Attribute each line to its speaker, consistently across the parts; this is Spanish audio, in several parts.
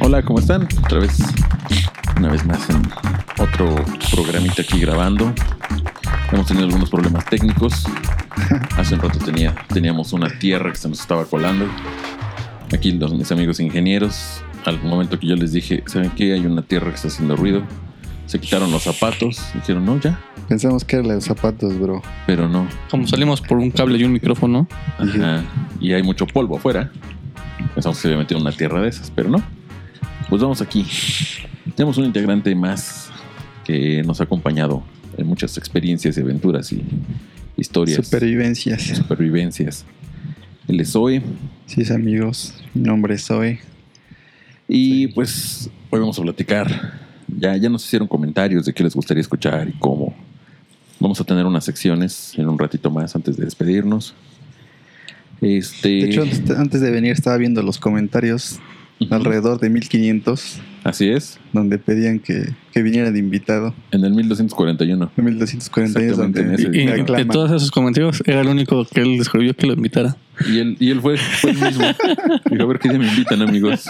Speaker 1: Hola, ¿cómo están? Otra vez, una vez más en otro programita aquí grabando. Hemos tenido algunos problemas técnicos. Hace un rato tenía, teníamos una tierra que se nos estaba colando. Aquí los, mis amigos ingenieros, al momento que yo les dije, ¿saben qué? Hay una tierra que está haciendo ruido. Se quitaron los zapatos, dijeron, no, ya,
Speaker 2: Pensamos que eran los zapatos, bro.
Speaker 1: pero no.
Speaker 3: Como salimos por un cable y un micrófono,
Speaker 1: Ajá. Y hay mucho polvo afuera. Pensamos que se había metido en una tierra de esas, pero no. Pues vamos aquí. Tenemos un integrante más que nos ha acompañado en muchas experiencias y aventuras y historias y
Speaker 2: Supervivencias.
Speaker 1: supervivencias. Él es Zoe.
Speaker 2: Sí, es amigos. Mi nombre es Zoe.
Speaker 1: Y pues hoy vamos a platicar. Ya, ya nos hicieron comentarios de qué les gustaría escuchar y cómo. Vamos a tener unas secciones en un ratito más antes de despedirnos. Este,
Speaker 2: De hecho, antes- antes de venir estaba viendo los comentarios,
Speaker 1: Ujú.
Speaker 2: alrededor de 1500,
Speaker 1: así es.
Speaker 2: donde pedían que, que viniera de invitado.
Speaker 1: En el 1241.
Speaker 2: En 1240 es donde
Speaker 1: Exactamente, en
Speaker 3: y
Speaker 1: Sí,
Speaker 2: me
Speaker 3: de
Speaker 1: claro.
Speaker 2: aclaman.
Speaker 3: todos esos comentarios, era el único que él describió que lo invitara.
Speaker 1: Y él, y él fue, fue el mismo. Dijo, a ver qué día me invitan, amigos.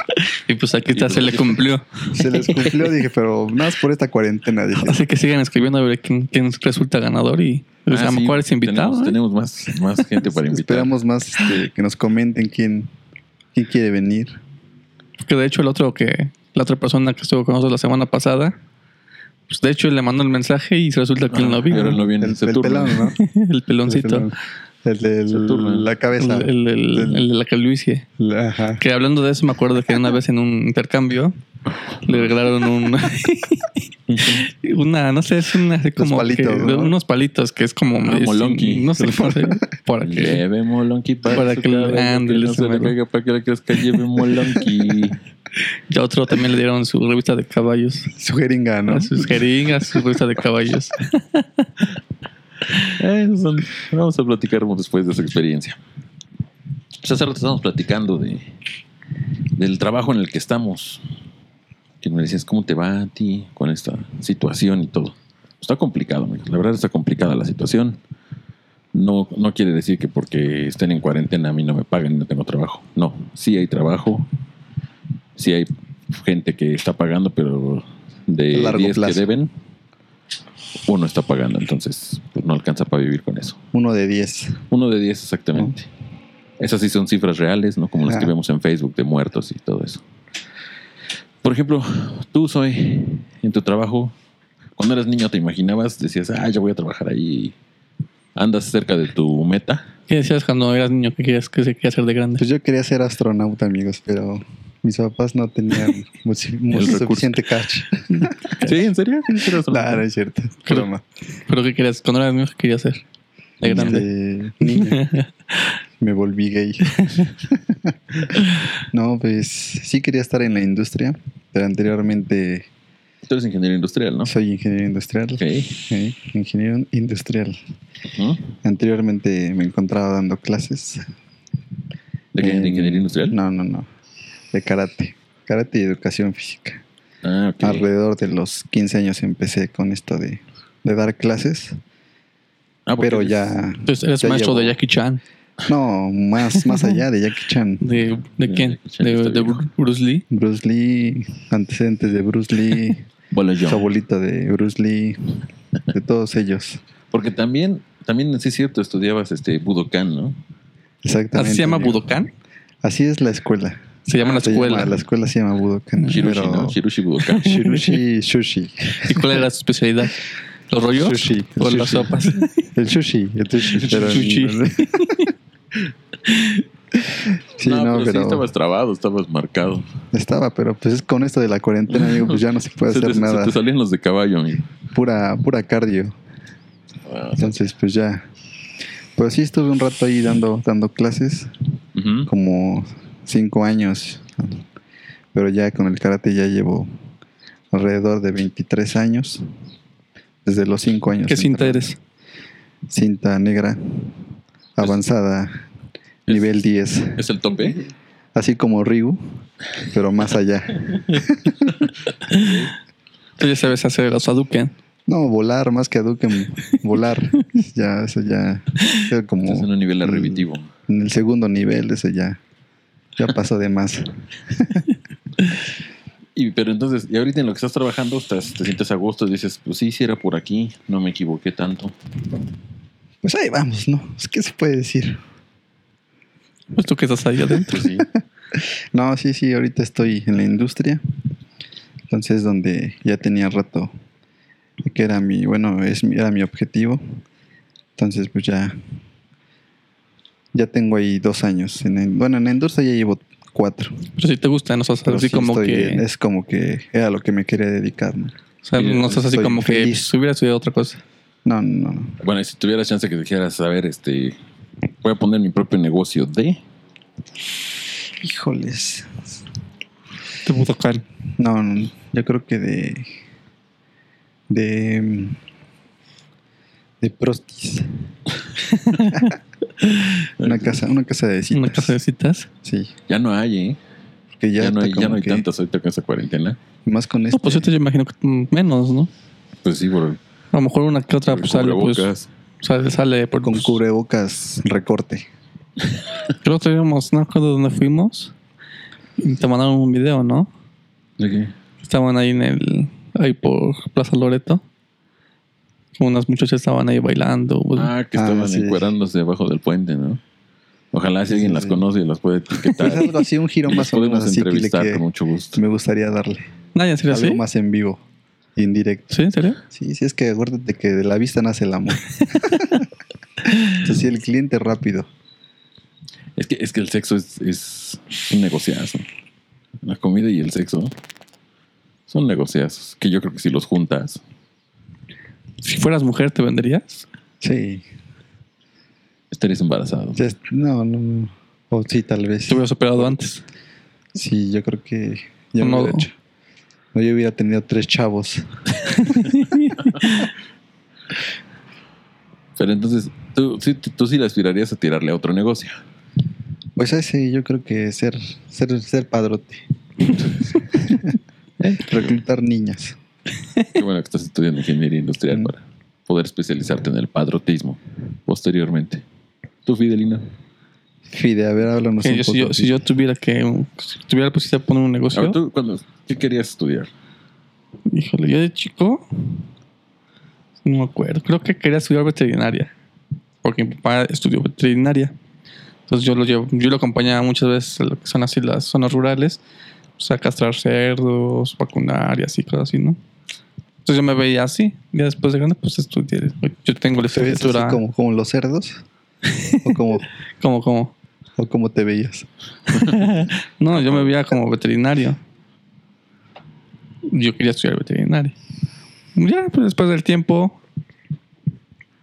Speaker 3: Y pues aquí está, se le cumplió.
Speaker 2: Se les cumplió, dije, pero más por esta cuarentena, dije.
Speaker 3: Así que sigan escribiendo a ver quién, quién resulta ganador y pues,
Speaker 1: Ah,
Speaker 3: a lo
Speaker 1: sí,
Speaker 3: mejor es
Speaker 1: Tenemos,
Speaker 3: invitado. ¿eh?
Speaker 1: tenemos más, más gente para invitar.
Speaker 2: Esperamos más este, que nos comenten quién, quién quiere venir.
Speaker 3: Porque de hecho el otro que, la otra persona que estuvo con nosotros la semana pasada, pues de hecho le mandó el mensaje y resulta que él no
Speaker 1: Ah,
Speaker 3: vino.
Speaker 1: Pero él no viene.
Speaker 2: El,
Speaker 1: se
Speaker 2: el
Speaker 1: turna.
Speaker 2: pelón, ¿no?
Speaker 3: El peloncito.
Speaker 2: El de
Speaker 1: Se turna.
Speaker 2: la cabeza.
Speaker 3: El, el- el-
Speaker 2: Del-
Speaker 3: el de la calvicie.
Speaker 2: la- ajá.
Speaker 3: Que hablando de eso, me acuerdo que una vez en un intercambio le regalaron un. una, no sé, es una así como.
Speaker 2: palitos,
Speaker 3: que-
Speaker 2: ¿no?
Speaker 3: unos palitos que es como.
Speaker 1: Ah,
Speaker 3: es-
Speaker 1: molonki.
Speaker 3: No sé cómo se Para que.
Speaker 1: Lleve molonqui para,
Speaker 3: Para
Speaker 1: su
Speaker 3: que le-
Speaker 1: cara, porque
Speaker 3: ándale,
Speaker 1: no
Speaker 3: ese
Speaker 1: se le
Speaker 3: mero.
Speaker 1: caiga para que le crezca. Lleve molonqui.
Speaker 3: Ya otro también le dieron su revista de caballos.
Speaker 2: Su jeringa,
Speaker 1: Ah,
Speaker 2: ¿no?
Speaker 3: Sus jeringas, su revista de caballos.
Speaker 1: Eh, son- vamos a platicar después de esa experiencia. Pues hace rato estábamos platicando de, del trabajo en el que estamos. Que me decías, ¿cómo te va a ti con esta situación y todo? Está complicado, amigos. La verdad está complicada la situación. No, no quiere decir que porque estén en cuarentena a mí no me paguen y no tengo trabajo. No, sí hay trabajo. Sí hay gente que está pagando, pero de
Speaker 2: A largo
Speaker 1: 10 que
Speaker 2: plazo.
Speaker 1: deben, uno está pagando. Entonces pues, no alcanza para vivir con eso.
Speaker 2: Uno de 10.
Speaker 1: Uno de 10 exactamente. Esas sí son cifras reales, ¿no? Como las que
Speaker 2: Mm. Ajá.
Speaker 1: vemos en Facebook de muertos y todo eso. Por ejemplo, tú, Zoe, en tu trabajo, cuando eras niño, ¿te imaginabas? Decías, ah, yo voy a trabajar ahí. ¿Andas cerca de tu meta?
Speaker 3: ¿Qué decías cuando eras niño que querías que se quería hacer de grande?
Speaker 2: Pues yo quería ser astronauta, amigos, pero mis papás no tenían mu- mu-
Speaker 1: recurso.
Speaker 2: suficiente cash.
Speaker 1: ¿Sí? ¿En serio? ¿En serio?
Speaker 2: Claro, es cierto.
Speaker 3: Pero-
Speaker 2: Broma.
Speaker 3: Pero que querías, cuando eras niño, que querías ser de grande.
Speaker 2: De Este, niño. Me volví gay. no, pues sí quería estar en la industria, pero anteriormente
Speaker 1: Tú eres ingeniero industrial, ¿no?
Speaker 2: soy ingeniero industrial.
Speaker 1: Ah. Ok.
Speaker 2: Ok, ingeniero industrial.
Speaker 1: ¿Mm?
Speaker 2: Anteriormente me encontraba dando clases.
Speaker 1: ¿De, qué?
Speaker 2: en-
Speaker 1: ¿De ingeniería industrial?
Speaker 2: No, no, no. De karate. Karate y educación física.
Speaker 1: Ah, ok.
Speaker 2: Alrededor de los 15 años empecé con esto de, de dar clases,
Speaker 1: Ah, porque
Speaker 2: pero
Speaker 1: eres-
Speaker 2: ya...
Speaker 3: Entonces Pues, eres
Speaker 2: Ya
Speaker 3: maestro de
Speaker 2: llevo-
Speaker 3: Jackie Chan.
Speaker 2: No, más, más allá de Jackie Chan.
Speaker 3: ¿De, de
Speaker 1: Ya,
Speaker 3: quién?
Speaker 1: Jackie Chan
Speaker 3: De,
Speaker 1: está
Speaker 3: de
Speaker 1: viejo.
Speaker 3: Bruce Lee.
Speaker 2: Bruce Lee, antecedentes de Bruce Lee,
Speaker 1: Bola yo.
Speaker 2: su abuelita de Bruce Lee, de todos ellos.
Speaker 1: Porque también, también, sí es cierto, estudiabas este Budokan, ¿no?
Speaker 2: Exactamente.
Speaker 3: ¿Así se llama
Speaker 2: amigo.
Speaker 3: Budokan?
Speaker 2: Así es la escuela.
Speaker 3: Se llama la
Speaker 2: Se
Speaker 3: escuela.
Speaker 2: llama- la escuela se llama Budokan.
Speaker 1: Hiroshi,
Speaker 2: pero-
Speaker 1: ¿no? Hiroshi Budokan.
Speaker 2: Shirushi Shushi.
Speaker 3: ¿Y cuál era su especialidad? ¿Los rollos?
Speaker 2: Sushi, el
Speaker 3: ¿O las
Speaker 2: sushi.
Speaker 3: sopas?
Speaker 2: El sushi, el sushi. pero en-
Speaker 3: Sushi.
Speaker 2: Sí, no,
Speaker 1: pero, sí
Speaker 2: pero
Speaker 1: estabas trabado, estabas marcado.
Speaker 2: estaba, pero pues es con esto de la cuarentena, amigo, pues ya no se puede
Speaker 1: se,
Speaker 2: hacer
Speaker 1: te,
Speaker 2: nada.
Speaker 1: se te salían los de caballo, amigo.
Speaker 2: Pura, pura cardio. Entonces, pues ya. Pero sí estuve un rato ahí dando, dando clases,
Speaker 1: Ujú.
Speaker 2: como cinco años. Pero ya con el karate ya llevo alrededor de 23 años. Desde los cinco años.
Speaker 3: ¿Qué cinta
Speaker 2: entré.
Speaker 3: eres?
Speaker 2: Cinta negra, avanzada,
Speaker 1: es-
Speaker 2: nivel 10.
Speaker 1: ¿Es el tope?
Speaker 2: Así como Ryu, pero más allá.
Speaker 3: Tú ya sabes hacer los Hadouken.
Speaker 2: No, volar más que Hadouken, volar. ya, eso ya. eso como
Speaker 1: Es en un nivel arribitivo.
Speaker 2: en el segundo nivel, eso ya. Ya pasó de más.
Speaker 1: Y, pero entonces, y ahorita en lo que estás trabajando, estás, te sientes a gusto y dices, pues sí, sí era por aquí, no me equivoqué tanto.
Speaker 2: Pues ahí vamos, ¿no? Pues, ¿Qué se puede decir?
Speaker 3: Pues tú que estás ahí adentro.
Speaker 1: Pues sí.
Speaker 2: No, sí, sí, ahorita estoy en la industria. Entonces, donde ya tenía rato que era mi, bueno, es mi- era mi objetivo. Entonces, pues ya, ya tengo ahí dos años. En la- bueno, en la industria ya llevo cuatro.
Speaker 3: Pero si te gusta, no estás
Speaker 2: Pero
Speaker 3: así
Speaker 2: sí
Speaker 3: como
Speaker 2: estoy
Speaker 3: que.
Speaker 2: bien, Es como que era lo que me quería dedicar. No,
Speaker 3: O sea, no estás así
Speaker 2: Estoy
Speaker 3: como que
Speaker 2: feliz.
Speaker 3: pues, hubiera estudiado otra cosa.
Speaker 2: no, no. no.
Speaker 1: Bueno, y si tuvieras chance que dijeras, a ver, este, voy a poner mi propio negocio de...
Speaker 2: Híjoles.
Speaker 3: Te puedo tocar.
Speaker 2: No, no, yo creo que de. De. mm, De prostis. una casa, una casa de citas.
Speaker 3: Una casa de citas.
Speaker 2: Sí,
Speaker 1: Ya no hay, ¿eh?
Speaker 2: que ya,
Speaker 1: Ya, no hay,
Speaker 2: está
Speaker 1: ya
Speaker 2: como
Speaker 1: no hay
Speaker 2: que-
Speaker 1: tantas ahorita con esa cuarentena.
Speaker 2: Más con este
Speaker 3: No,
Speaker 2: esto.
Speaker 3: pues ahorita yo imagino que mm, menos, ¿no?
Speaker 1: Pues sí, por,
Speaker 3: A lo mejor una que
Speaker 2: Ah,
Speaker 3: otra
Speaker 1: por
Speaker 3: pues, sale, pues,
Speaker 1: cubrebocas.
Speaker 3: sale, sale por
Speaker 2: con
Speaker 3: pues,
Speaker 2: cubrebocas recorte.
Speaker 3: Creo que íbamos, no recuerdo dónde fuimos. Y te mandaron un video, ¿no?
Speaker 1: ¿De qué?
Speaker 3: Estaban ahí en el. Ahí por Plaza Loreto. Como unas muchachas estaban ahí bailando. pues,
Speaker 1: Ah, que
Speaker 2: Ah,
Speaker 1: estaban
Speaker 2: sí.
Speaker 1: encuerándose debajo del puente, ¿no? Ojalá si
Speaker 2: Sí,
Speaker 1: alguien
Speaker 2: sí,
Speaker 1: las
Speaker 2: sí.
Speaker 1: conoce y las puede
Speaker 2: Pues
Speaker 1: etiquetar.
Speaker 2: algo así, un giro
Speaker 1: Y las
Speaker 2: más o menos
Speaker 1: Ah. podemos
Speaker 2: así que, le-
Speaker 1: entrevistar
Speaker 2: que
Speaker 1: con mucho gusto.
Speaker 2: me gustaría darle.
Speaker 3: Nadie ¿en serio
Speaker 2: Algo
Speaker 3: así?
Speaker 2: más en vivo y en directo.
Speaker 3: ¿Sí? ¿En serio?
Speaker 2: Sí, sí, es que acuérdate que de la vista nace el amor. Entonces, sí, el cliente rápido.
Speaker 1: Es que, es que el sexo es, es un negociazo. La comida y el sexo son negociazos. Que yo creo que si los juntas,
Speaker 3: Si fueras mujer, ¿te venderías?
Speaker 2: Sí.
Speaker 1: estarías embarazado.
Speaker 2: Ya est- No, no, no. O sí, tal vez.
Speaker 3: Te hubieras operado antes.
Speaker 2: Sí, yo creo que ya me
Speaker 3: No.
Speaker 2: hubiera hecho. No, yo hubiera tenido tres chavos.
Speaker 1: Pero entonces, tú, sí- tú sí le aspirarías a tirarle a otro negocio.
Speaker 2: Pues ese yo creo que ser, ser, ser padrote. Reclutar niñas.
Speaker 1: Qué bueno que estás estudiando ingeniería
Speaker 2: Mm.
Speaker 1: industrial para poder especializarte en el padrotismo posteriormente. Tú, Fidelina.
Speaker 2: Fide, a ver, háblanos
Speaker 3: Que
Speaker 2: un
Speaker 3: yo- si,
Speaker 2: poco,
Speaker 3: yo, si yo tuviera que. Si tuviera la posibilidad de poner un
Speaker 1: A ver,
Speaker 3: negocio.
Speaker 1: ¿tú cuándo- qué querías estudiar?
Speaker 3: Híjole, yo de chico. No me acuerdo. Creo que quería estudiar veterinaria. Porque mi papá estudió veterinaria. Entonces yo lo llevo, yo lo acompañaba muchas veces a lo que son así las zonas rurales. Pues a castrar cerdos, vacunar y así, cosas así, ¿no? Entonces yo me veía así. Ya después de grande, pues estudié. Yo tengo la
Speaker 2: ¿Te ves así
Speaker 3: estructura.
Speaker 2: como, como los cerdos? ¿O como,
Speaker 3: Como, como.
Speaker 2: o como te veías?
Speaker 3: No, yo me veía como veterinario. Yo quería estudiar veterinario. Ya, pues después del tiempo,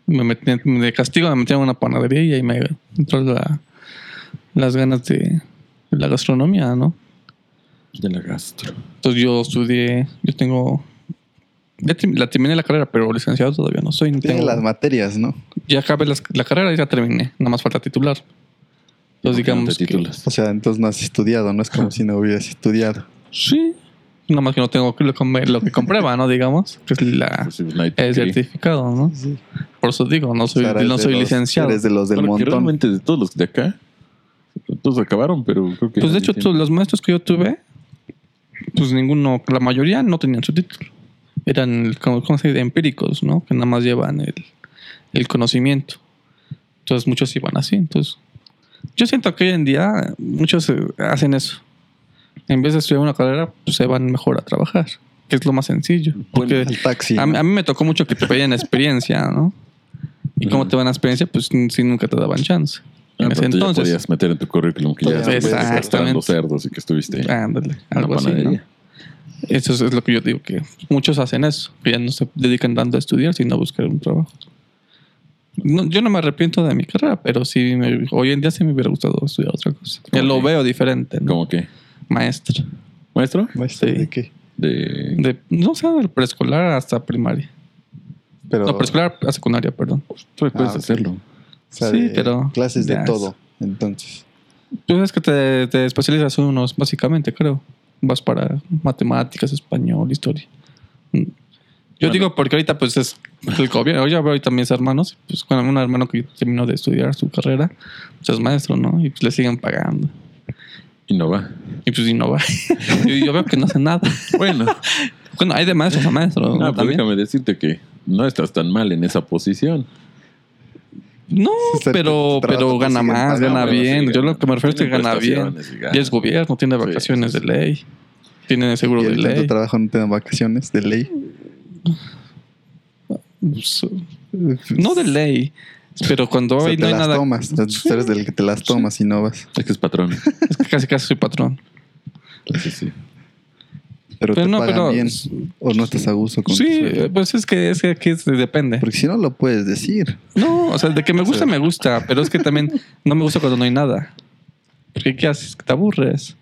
Speaker 3: me metí, de castigo me metí en una panadería y ahí me entró la- las ganas de, de la gastronomía, ¿no?
Speaker 1: De la gastro.
Speaker 3: Entonces yo estudié, yo tengo... Ya te- la terminé la carrera, pero licenciado todavía no soy. ni
Speaker 2: Tiene
Speaker 3: tengo-
Speaker 2: las materias, ¿no?
Speaker 3: ya acabé las- la carrera y ya terminé. Nada más falta titular.
Speaker 1: ¿Por qué
Speaker 2: Ah,
Speaker 3: Entonces
Speaker 1: no
Speaker 3: Pues digamos...
Speaker 1: te
Speaker 3: que-
Speaker 1: titulas?
Speaker 2: O sea, entonces no has estudiado, no es como si no hubieras estudiado.
Speaker 3: Sí. Nada más que no tengo lo, que- lo que comprueba, ¿no? Digamos, que es la,
Speaker 1: Pues sí, pues nadie te
Speaker 3: el
Speaker 1: cree.
Speaker 3: certificado, ¿no?
Speaker 2: Sí.
Speaker 3: Por eso digo, no soy,
Speaker 2: O sea, eres
Speaker 3: no
Speaker 2: de
Speaker 3: soy
Speaker 2: los-
Speaker 3: licenciado.
Speaker 2: Eres de los del
Speaker 1: Bueno, que
Speaker 2: montón.
Speaker 1: realmente de todos los de acá, todos acabaron, pero creo que.
Speaker 3: Pues de hecho,
Speaker 1: nadie
Speaker 3: todos los maestros que yo tuve, pues ninguno, la mayoría no tenían su título. Eran, como ¿cómo se dice? Empíricos, ¿no? Que nada más llevan el, el conocimiento. Entonces muchos iban así. Entonces, yo siento que hoy en día muchos eh, hacen eso. En vez de estudiar una carrera, pues se van mejor a trabajar, que es lo más sencillo. Porque
Speaker 2: El taxi.
Speaker 3: A, mí-
Speaker 2: ¿no?
Speaker 3: a mí me tocó mucho que te pedían experiencia, ¿no? Y cómo
Speaker 1: Ujú.
Speaker 3: te van a experiencia, pues n- si nunca te daban chance.
Speaker 1: tiene.
Speaker 3: en
Speaker 1: Ah,
Speaker 3: ese
Speaker 1: pero tú ya
Speaker 3: entonces.
Speaker 1: podías meter en tu currículum que ya
Speaker 2: Todavía
Speaker 1: estuviste
Speaker 3: podías.
Speaker 1: castrando
Speaker 3: Exactamente.
Speaker 1: cerdos y que estuviste en
Speaker 3: Ándale,
Speaker 1: la
Speaker 3: algo así, ¿no?
Speaker 1: panadería.
Speaker 3: Eso es, es lo que yo digo, que muchos hacen eso, que ya no se dedican tanto a estudiar, sino a buscar un trabajo. No, yo no me arrepiento de mi carrera, pero sí, me- hoy en día sí me hubiera gustado estudiar otra cosa. Ya
Speaker 1: ¿Cómo
Speaker 3: lo
Speaker 1: qué?
Speaker 3: veo diferente, ¿no?
Speaker 1: ¿Cómo qué?
Speaker 3: Maestro.
Speaker 1: ¿Maestro?
Speaker 2: Maestro,
Speaker 3: Sí.
Speaker 2: ¿de qué?
Speaker 1: De.
Speaker 3: De, no sé, del preescolar hasta primaria.
Speaker 2: Pero,
Speaker 3: No, preescolar a secundaria, perdón.
Speaker 1: Tú puedes
Speaker 2: ok.
Speaker 1: hacerlo.
Speaker 2: o sea,
Speaker 3: sí,
Speaker 2: de
Speaker 3: pero-
Speaker 2: Clases de
Speaker 3: ya es-
Speaker 2: todo, entonces.
Speaker 3: Pues es que te, te especializas en unos, básicamente, creo. Vas para matemáticas, español, historia. Mm. Yo
Speaker 1: Bueno.
Speaker 3: digo porque ahorita pues es el gobierno. Yo ya veo ahorita a mis hermanos, pues con un hermano que terminó de estudiar su carrera, pues es maestro, ¿no? Y pues le siguen pagando.
Speaker 1: Y Innova.
Speaker 3: Y pues innova. yo, yo veo que no hace nada.
Speaker 1: Bueno,
Speaker 3: Bueno, hay de maestros a maestros.
Speaker 1: ah,
Speaker 3: ¿no?
Speaker 1: pues
Speaker 3: También.
Speaker 1: déjame decirte que no estás tan mal en esa posición.
Speaker 3: No,
Speaker 2: Se-
Speaker 3: pero,
Speaker 2: se-
Speaker 3: pero
Speaker 2: se-
Speaker 3: gana
Speaker 2: siguen
Speaker 3: más,
Speaker 2: pagando,
Speaker 3: gana
Speaker 1: pero
Speaker 3: bien.
Speaker 1: Ah, sí,
Speaker 3: Yo lo que me refiero es que
Speaker 1: Tienen
Speaker 3: gana bien.
Speaker 1: prestaciones y gana.
Speaker 3: Y es gobierno, tiene
Speaker 1: Sí,
Speaker 3: vacaciones
Speaker 1: sí,
Speaker 3: de ley, tiene seguro
Speaker 2: Y
Speaker 3: de
Speaker 2: ahorita en tu
Speaker 3: ley.
Speaker 2: trabajo no te dan vacaciones de ley.
Speaker 3: Pues, No de ley, pero cuando
Speaker 2: O sea,
Speaker 3: hay,
Speaker 2: te
Speaker 3: no hay
Speaker 2: las
Speaker 3: nada.
Speaker 2: tomas. O sea,
Speaker 3: Sí.
Speaker 2: Tú eres del que te las tomas y no vas.
Speaker 1: Es que es patrón.
Speaker 3: Es que casi casi soy patrón.
Speaker 1: Sí, sí.
Speaker 2: Pero,
Speaker 3: Pero
Speaker 2: te
Speaker 3: no,
Speaker 2: pagan
Speaker 3: pero-
Speaker 2: bien. O no estás a gusto con tu
Speaker 3: Sí,
Speaker 2: sueldo.
Speaker 3: pues es que, es que aquí es- depende.
Speaker 2: Porque si no lo puedes decir.
Speaker 3: No, o sea, de que me gusta,
Speaker 1: Sí.
Speaker 3: me gusta, pero es que también no me gusta cuando no hay nada. Porque ¿qué haces? Que te aburres.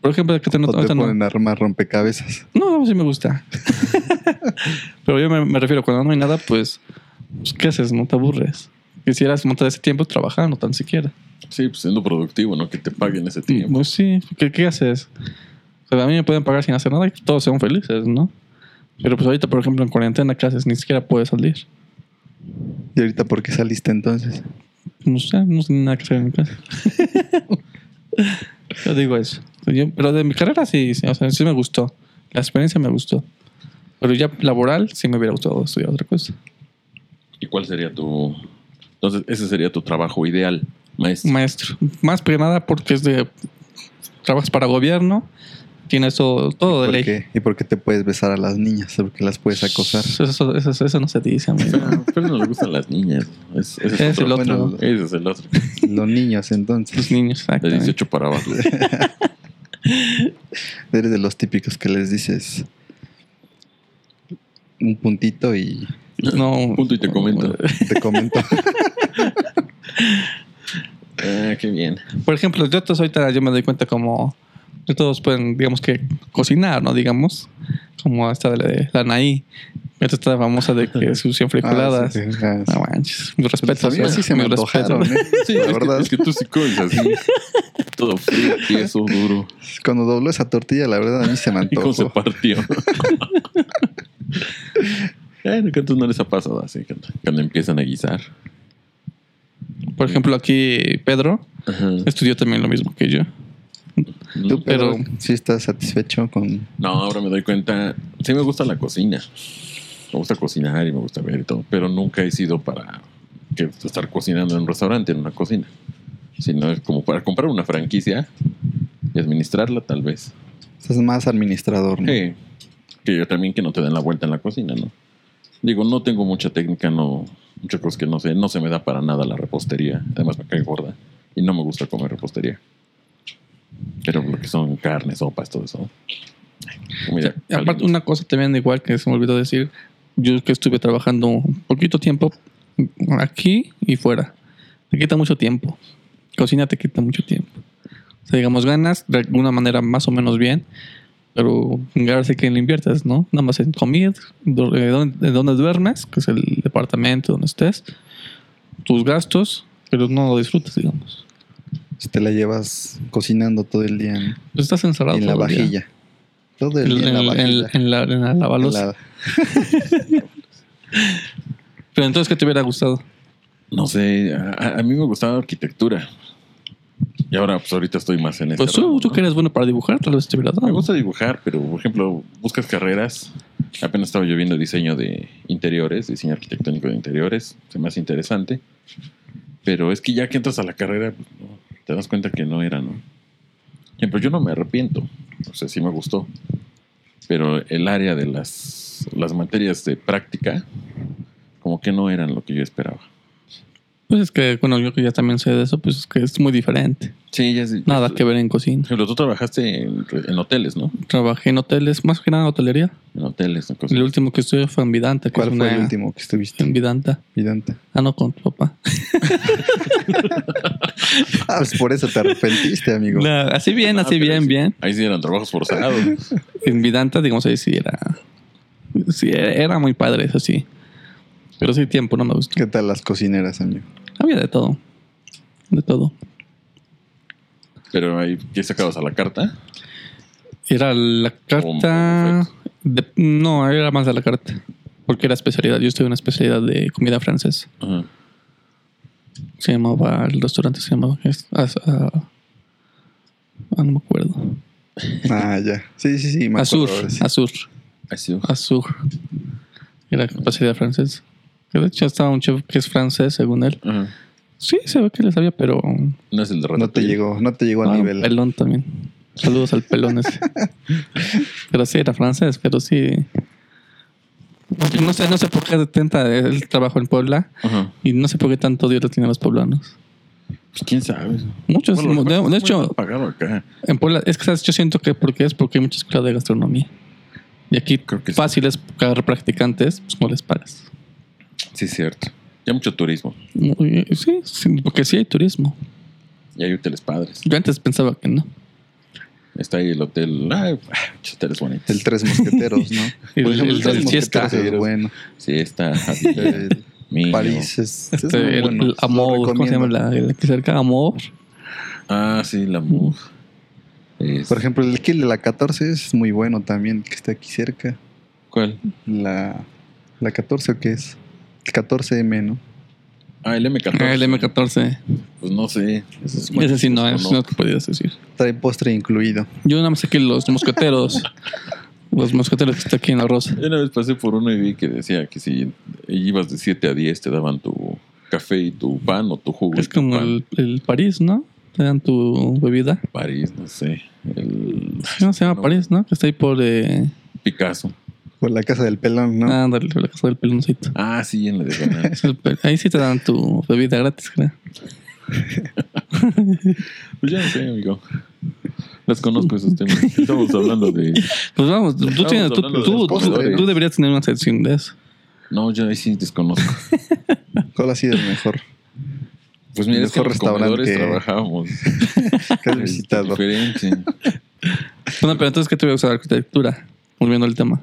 Speaker 3: Por ejemplo, que te no,
Speaker 2: o te
Speaker 3: ahorita no-
Speaker 2: ponen a armar rompecabezas.
Speaker 3: No, sí me gusta. Pero yo me, me refiero, cuando no hay nada, pues, pues, ¿qué haces? No te aburres. Quisieras montar ese tiempo trabajando, tan siquiera.
Speaker 1: Sí, pues siendo productivo, ¿no? Que te paguen ese tiempo.
Speaker 3: Pues sí, ¿qué, qué haces? O sea, a mí me pueden pagar sin hacer nada y todos sean felices, ¿no? Pero pues ahorita, por ejemplo, en cuarentena, ¿qué haces? Ni siquiera puedes salir.
Speaker 2: ¿Y ahorita por qué saliste entonces?
Speaker 3: No sé, no tengo nada que hacer en mi casa. yo digo eso. O sea, yo- pero de mi carrera sí, sí, o sea, sí me gustó. La experiencia me gustó. Pero ya laboral sí me hubiera gustado estudiar otra cosa.
Speaker 1: ¿Y cuál sería tu. Entonces, ese sería tu trabajo ideal, maestro.
Speaker 3: maestro. Más que nada porque es de. Trabajas para gobierno, tienes todo, todo de
Speaker 2: ¿Por
Speaker 3: ley.
Speaker 2: qué? ¿Y por qué te puedes besar a las niñas? Porque las puedes acosar.
Speaker 3: Eso, eso- eso- eso no se dice, amigo.
Speaker 1: pero, pero no le gustan las niñas. Es- ese, es
Speaker 3: Es el
Speaker 1: otro.
Speaker 2: Bueno,
Speaker 3: otro.
Speaker 1: Ese es el otro.
Speaker 2: Los niños,
Speaker 3: Los
Speaker 2: entonces.
Speaker 3: niños,
Speaker 1: De
Speaker 3: exactamente.
Speaker 1: 18 para abajo.
Speaker 2: Eres de los típicos que les dices un puntito y
Speaker 3: No.
Speaker 1: Punto y te comento.
Speaker 2: te comento.
Speaker 1: Ah, qué bien.
Speaker 3: Por ejemplo, yo todos ahorita yo me doy cuenta como. que Todos pueden, digamos que, cocinar, ¿no? Digamos. Como esta de la, de la Naí. Esta está famosa de que sus cien
Speaker 2: Ah,
Speaker 3: frijoladas.
Speaker 2: sí, sí, ah, sí.
Speaker 3: No manches. Mi
Speaker 2: Pues
Speaker 3: respeto.
Speaker 2: a mí sí se me antojaron, ¿eh?
Speaker 1: Sí,
Speaker 2: La
Speaker 1: es,
Speaker 2: verdad.
Speaker 1: Que, es que tú sí comes así. Todo frío, tieso, duro.
Speaker 2: Cuando dobló esa tortilla, la verdad, a mí se me
Speaker 1: Y cómo se
Speaker 2: antojó.
Speaker 1: partió. Bueno, que a tú no les ha pasado así, que cuando empiezan a guisar.
Speaker 3: Por ejemplo, aquí Pedro
Speaker 1: Ajá.
Speaker 3: estudió también lo mismo que yo.
Speaker 2: ¿Tú,
Speaker 3: Pero-
Speaker 2: pero sí estás satisfecho con...
Speaker 1: No, ahora me doy cuenta. Sí me gusta la cocina. Me gusta cocinar y me gusta ver y todo. Pero nunca he sido para que- estar cocinando en un restaurante, en una cocina. Sino es como para comprar una franquicia y administrarla, tal vez.
Speaker 2: Estás más administrador, ¿no?
Speaker 1: Sí. Que yo también que no te den la vuelta en la cocina, ¿no? Digo, no tengo mucha técnica, no, muchas cosas que no sé. No se me da para nada la repostería. Además me cae gorda. Y no me gusta comer repostería. Pero lo que son carnes, sopas, todo eso. Comida
Speaker 3: Y aparte,
Speaker 1: caliente.
Speaker 3: una cosa también igual que se me olvidó decir, yo que estuve trabajando un poquito tiempo aquí y fuera. Te quita mucho tiempo. Cocina te quita mucho tiempo. O sea, digamos, ganas de alguna manera más o menos bien, pero sé que le inviertes, ¿no? Nada más en comida, du- eh, dónde- en dónde duermes, que es el departamento donde estés, tus gastos, pero no lo disfrutas, digamos.
Speaker 2: Pues Te la llevas cocinando todo el día en,
Speaker 3: Pues estás encerrado.
Speaker 2: en la
Speaker 3: todo el día.
Speaker 2: vajilla. Todo el
Speaker 3: En,
Speaker 2: día en la
Speaker 3: en- en-
Speaker 2: vajilla.
Speaker 3: en la, en la
Speaker 2: En
Speaker 3: lavaloza.
Speaker 2: la-
Speaker 3: Pero entonces, ¿qué te hubiera gustado?
Speaker 1: No sé, a- a, a mí me gustaba arquitectura. Y ahora, pues ahorita estoy más en este
Speaker 3: Pues tú,
Speaker 1: ramo,
Speaker 3: tú
Speaker 1: ¿no?
Speaker 3: que eres bueno para dibujar, tal vez te hubiera
Speaker 1: Me
Speaker 3: dado.
Speaker 1: gusta dibujar, pero por ejemplo, buscas carreras. Apenas estaba yo viendo diseño de interiores, diseño arquitectónico de interiores. Se me hace interesante. Pero es que ya que entras a la carrera, pues, no, te das cuenta que no era, ¿no? Eh, Pero yo no me arrepiento. O sea, sí me gustó. Pero el área de las, las materias de práctica, como que no eran lo que yo esperaba.
Speaker 3: Pues es que, bueno, yo que ya también sé de eso, pues es que es muy diferente.
Speaker 1: Sí, ya sí.
Speaker 3: Nada que ver en
Speaker 1: Por
Speaker 3: cocina.
Speaker 1: ejemplo, tú trabajaste en, en hoteles, ¿no?
Speaker 3: Trabajé en hoteles, más que nada en hotelería.
Speaker 1: En hoteles, en cosas.
Speaker 3: El último que estuve fue en Vidanta. Que
Speaker 2: ¿Cuál
Speaker 3: es
Speaker 2: fue el
Speaker 3: una-
Speaker 2: último que estuviste?
Speaker 3: En Vidanta.
Speaker 2: Vidanta.
Speaker 3: Ah, no, con tu papá.
Speaker 2: Ah, pues por eso te arrepentiste, amigo.
Speaker 3: No, así bien,
Speaker 1: Ah,
Speaker 3: así
Speaker 1: pero
Speaker 3: bien,
Speaker 1: sí.
Speaker 3: bien.
Speaker 1: Ahí sí eran trabajos forzados.
Speaker 3: En Vidanta, digamos, ahí sí era... Sí, era- era muy padre, eso sí. Pero sí, tiempo no me gustó.
Speaker 2: ¿Qué tal las cocineras, amigo?
Speaker 3: Había de todo. De todo.
Speaker 1: Pero ahí, ¿qué sacabas a la carta?
Speaker 3: Era la
Speaker 2: Oh,
Speaker 3: carta. de- no, era más de la carta. Porque era especialidad. Yo estuve en una especialidad de comida francesa.
Speaker 1: Ajá.
Speaker 3: Se llamaba. El restaurante se llamaba. es- as- ah, Ah, no me acuerdo.
Speaker 2: Ah, ya. Sí, sí, sí. me acuerdo
Speaker 3: Azur,
Speaker 2: ahora sí.
Speaker 3: Azur,
Speaker 1: Así.
Speaker 3: Azur. Era capacidad francés. Que de hecho estaba un chef que es francés, según él.
Speaker 1: Ajá.
Speaker 3: Sí, se ve que le sabía, pero.
Speaker 1: No es el de
Speaker 2: No te
Speaker 1: Ratatouille.
Speaker 2: llegó, no te llegó al
Speaker 3: Ah,
Speaker 2: nivel.
Speaker 3: Pelón también. Saludos al pelón ese. pero sí, era francés, pero sí. No sé, no sé por qué tenta el trabajo en Puebla
Speaker 1: Ajá.
Speaker 3: y no sé por qué tanto odio le tienen a los poblanos.
Speaker 1: Pues quién sabe. Pues,
Speaker 3: Muchos,
Speaker 1: Bueno, los
Speaker 3: de- de,
Speaker 1: puestos muy
Speaker 3: hecho,
Speaker 1: mal pagado acá.
Speaker 3: en Puebla, es que ¿sabes? yo siento que porque es porque hay mucha escuela de gastronomía. Y aquí
Speaker 1: Creo que sí.
Speaker 3: fácil es buscar practicantes, pues no les pagas.
Speaker 1: Sí, es cierto. Ya mucho turismo.
Speaker 3: Muy- Sí, sí, porque sí hay turismo.
Speaker 1: Y hay hoteles padres.
Speaker 3: Yo antes pensaba que no.
Speaker 1: Está ahí el hotel. Ay, ah, muchos hoteles bonitos.
Speaker 2: El Tres Mosqueteros, ¿no?
Speaker 3: El-
Speaker 2: Por ejemplo,
Speaker 1: el del
Speaker 3: Siesta.
Speaker 2: Mosqueteros es bueno.
Speaker 1: Sí, está.
Speaker 2: El
Speaker 1: Mío.
Speaker 2: París es, es
Speaker 3: Este,
Speaker 2: muy
Speaker 3: el,
Speaker 2: bueno.
Speaker 3: el Amor, ¿cómo se llama? La, el que cerca Amor.
Speaker 1: Ah, sí, la MUG. Es-
Speaker 2: Por ejemplo, el Kill de la 14 es muy bueno también, que está aquí cerca.
Speaker 1: ¿Cuál?
Speaker 2: La, la 14, ¿o qué es? El 14M, ¿no?
Speaker 1: Ah, el M14.
Speaker 3: El M14.
Speaker 1: Pues no sé. Ese, es
Speaker 3: Ese sí no, ese
Speaker 1: Conozco.
Speaker 3: no te podías decir.
Speaker 2: Trae postre incluido.
Speaker 3: Yo nada más sé que los mosqueteros, los mosqueteros que está aquí en la Rosa.
Speaker 1: Yo Una vez pasé por uno y vi que decía que si ibas de 7 a 10 te daban tu café y tu pan o tu jugo.
Speaker 3: Es
Speaker 1: y tu
Speaker 3: como
Speaker 1: pan.
Speaker 3: el, el París, ¿no? Te dan tu bebida.
Speaker 1: París, no sé. El
Speaker 3: No se llama
Speaker 1: No.
Speaker 3: París, ¿no? Que está ahí por. Eh...
Speaker 1: Picasso.
Speaker 2: Por la casa del pelón, ¿no?
Speaker 3: Ah, ándale, por la casa del peloncito.
Speaker 1: Ah, sí, en la diagonal.
Speaker 3: Es el pe- Ahí sí te dan tu bebida gratis, creo.
Speaker 1: Pues ya no sé, amigo. Las conozco esos temas. Estamos hablando de.
Speaker 3: Pues vamos, tú,
Speaker 1: Estamos
Speaker 3: tienes- tú,
Speaker 1: hablando de
Speaker 3: tú-
Speaker 1: los
Speaker 3: tú-
Speaker 1: postres.
Speaker 3: tú deberías tener una sección de eso.
Speaker 1: No, yo ahí sí desconozco.
Speaker 2: ¿Cuál ha sido el mejor
Speaker 1: Pues mira, es que
Speaker 2: Mejor
Speaker 1: los comedores
Speaker 2: restaurante.
Speaker 1: trabajábamos.
Speaker 2: que has
Speaker 1: Es
Speaker 2: visitado?
Speaker 1: Diferente.
Speaker 3: Bueno, pero entonces, ¿qué te voy a usar? Arquitectura. Volviendo al tema.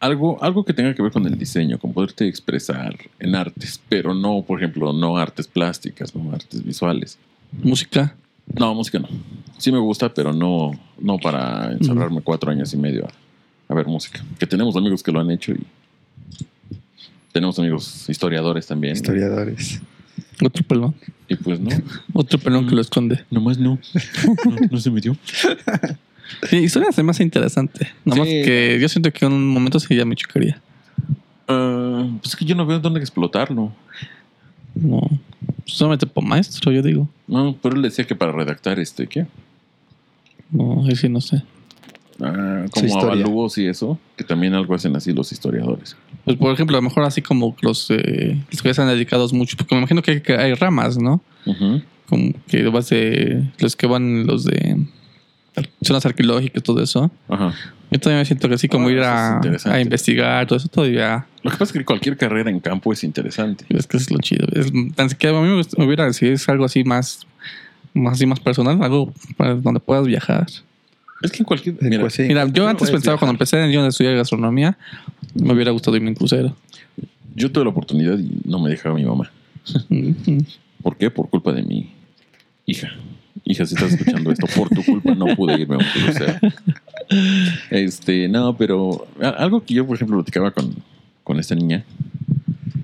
Speaker 1: Algo, algo que tenga que ver con el diseño, con poderte expresar en artes, pero no, por ejemplo, no artes plásticas, no artes visuales.
Speaker 3: Música.
Speaker 1: No, música no. Sí me gusta, pero no, no para encerrarme cuatro años y medio a, a ver música. Que tenemos amigos que lo han hecho y tenemos amigos historiadores también.
Speaker 2: Historiadores.
Speaker 3: Otro pelón.
Speaker 1: Y pues no,
Speaker 3: Otro pelón que lo esconde.
Speaker 1: nomás no. No, no se metió.
Speaker 3: Sí, historia se me hace interesante. Nada más
Speaker 1: Sí.
Speaker 3: que yo siento que en un momento sí ya me chocaría.
Speaker 1: Ah, pues es que yo no veo dónde explotarlo.
Speaker 3: No. Solamente por maestro, yo digo.
Speaker 1: No, pero él decía que para redactar este, ¿qué?
Speaker 3: No, ahí sí no sé.
Speaker 1: Ah,
Speaker 2: Su
Speaker 1: como
Speaker 2: historia.
Speaker 1: avalúos y eso, que también algo hacen así los historiadores.
Speaker 3: Pues por ejemplo, a lo mejor así como los, eh, los que se han dedicado mucho, porque me imagino que hay, que hay ramas, ¿no?
Speaker 1: Ujú.
Speaker 3: Como que vas de los que van los de zonas arqueológicas, todo eso.
Speaker 1: Ajá.
Speaker 3: Yo también siento que así como
Speaker 1: Ah,
Speaker 3: ir
Speaker 1: eso es
Speaker 3: a,
Speaker 1: interesante.
Speaker 3: a investigar, todo eso todavía
Speaker 1: Lo que pasa es que cualquier carrera en campo es interesante.
Speaker 3: es que es lo chido. Es, tan siquiera a mí me, gust- me hubiera, si es algo así más, más así más personal, algo para donde puedas viajar.
Speaker 1: Es que en cualquier.
Speaker 2: En
Speaker 1: Mira,
Speaker 2: Cuasi-
Speaker 3: Mira, yo
Speaker 1: no
Speaker 3: antes
Speaker 1: puedes
Speaker 3: pensaba
Speaker 1: viajar.
Speaker 3: cuando empecé en yo de estudiar gastronomía, me hubiera gustado irme en crucero.
Speaker 1: yo tuve la oportunidad y no me dejaba mi mamá.
Speaker 3: Mm,
Speaker 1: ¿Por qué? Por culpa de mi hija. Hija, si estás escuchando esto, por tu culpa no pude irme a un crucero. Este, no, pero a- algo que yo, por ejemplo, platicaba con, con esta niña,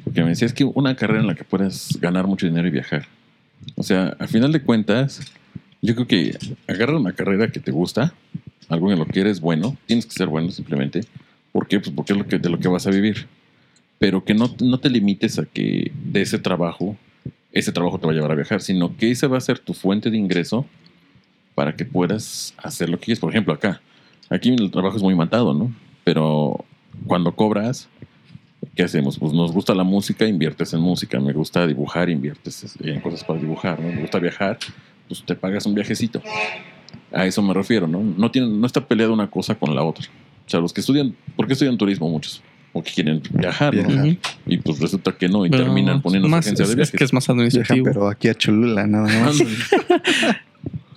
Speaker 1: porque me decía, es que una carrera en la que puedas ganar mucho dinero y viajar. O sea, al final de cuentas, yo creo que agarra una carrera que te gusta, algo en lo que eres bueno, tienes que ser bueno simplemente. ¿Por qué? Pues porque es lo que, de lo que vas a vivir. Pero que no, no te limites a que de ese trabajo ese trabajo te va a llevar a viajar, sino que esa va a ser tu fuente de ingreso para que puedas hacer lo que quieres. Por ejemplo, acá, aquí el trabajo es muy matado, ¿no? Pero cuando cobras, ¿qué hacemos? Pues nos gusta la música, inviertes en música. Me gusta dibujar, inviertes en cosas para dibujar, ¿no? Me gusta viajar, pues te pagas un viajecito. A eso me refiero, ¿no? No, tienen, no está peleada una cosa con la otra. O sea, los que estudian, ¿por qué estudian turismo muchos? Porque quieren viajar, ¿no?
Speaker 2: Viajar.
Speaker 3: ujú.
Speaker 1: Y pues resulta que no, y
Speaker 3: Pero
Speaker 1: terminan poniendo
Speaker 3: más,
Speaker 1: agencia de
Speaker 3: es, es
Speaker 1: viajes.
Speaker 3: que es más
Speaker 2: Viajan,
Speaker 3: administrativo.
Speaker 2: pero aquí a Cholula, nada más.
Speaker 1: Ándale.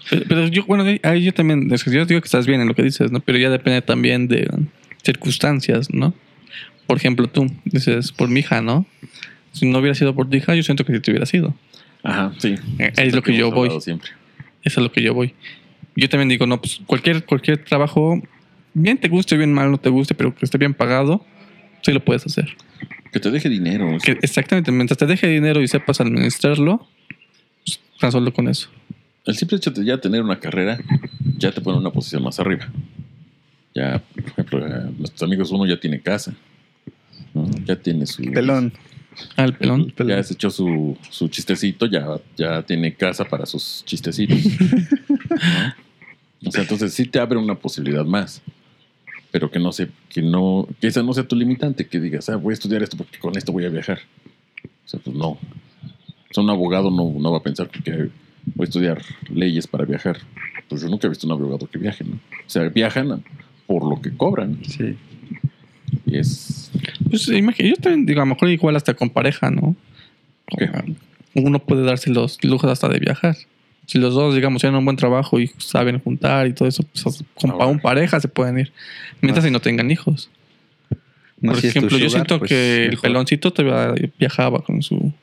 Speaker 3: Pero, pero yo, bueno, ahí yo también, es que yo digo que estás bien en lo que dices, ¿no? Pero ya depende también de um, circunstancias, ¿no? Por ejemplo, tú dices, por mi hija, ¿no? Si no hubiera sido por tu hija, yo siento que sí te hubiera sido.
Speaker 1: Ajá, sí.
Speaker 3: Eh, Es lo que yo
Speaker 1: Hemos
Speaker 3: voy.
Speaker 1: hablado siempre.
Speaker 3: Eso es lo que yo voy. Yo también digo, no, pues cualquier, cualquier trabajo, bien te guste, bien mal no te guste, pero que esté bien pagado, sí lo puedes hacer.
Speaker 1: Que te deje dinero.
Speaker 3: Que exactamente, mientras te deje dinero y sepas administrarlo, pues, tan solo con eso.
Speaker 1: el simple hecho de ya tener una carrera ya te pone en una posición más arriba. Ya, por ejemplo, eh, nuestros amigos, uno ya tiene casa, ¿no? ya tiene su.
Speaker 2: Pelón.
Speaker 3: Al Ah, pelón.
Speaker 1: Ya
Speaker 2: pelón.
Speaker 1: se echó su, su chistecito, ya, ya tiene casa para sus chistecitos. ¿no? O sea, entonces sí te abre una posibilidad más. Pero que no se, que no, que esa no sea tu limitante, que digas, ah, voy a estudiar esto porque con esto voy a viajar. O sea, pues no. O sea, un abogado no, no va a pensar que voy a estudiar leyes para viajar. Pues yo nunca he visto un abogado que viaje, ¿no? O sea, viajan por lo que cobran.
Speaker 2: Sí.
Speaker 1: Y es.
Speaker 3: Pues imagínate, yo también digo, a lo mejor igual hasta con pareja, ¿no?
Speaker 1: ¿Qué?
Speaker 3: Uno puede darse los lujos hasta de viajar. Si los dos, digamos, tienen un buen trabajo y saben juntar y todo eso, pues hasta con
Speaker 1: Ahora.
Speaker 3: un pareja se pueden ir. Mientras
Speaker 2: Ah.
Speaker 3: si no tengan hijos.
Speaker 2: No,
Speaker 3: Por
Speaker 2: si es tu
Speaker 3: ejemplo, yo
Speaker 2: sugar,
Speaker 3: siento
Speaker 2: pues,
Speaker 3: que el
Speaker 2: mejor.
Speaker 3: peloncito todavía viajaba con su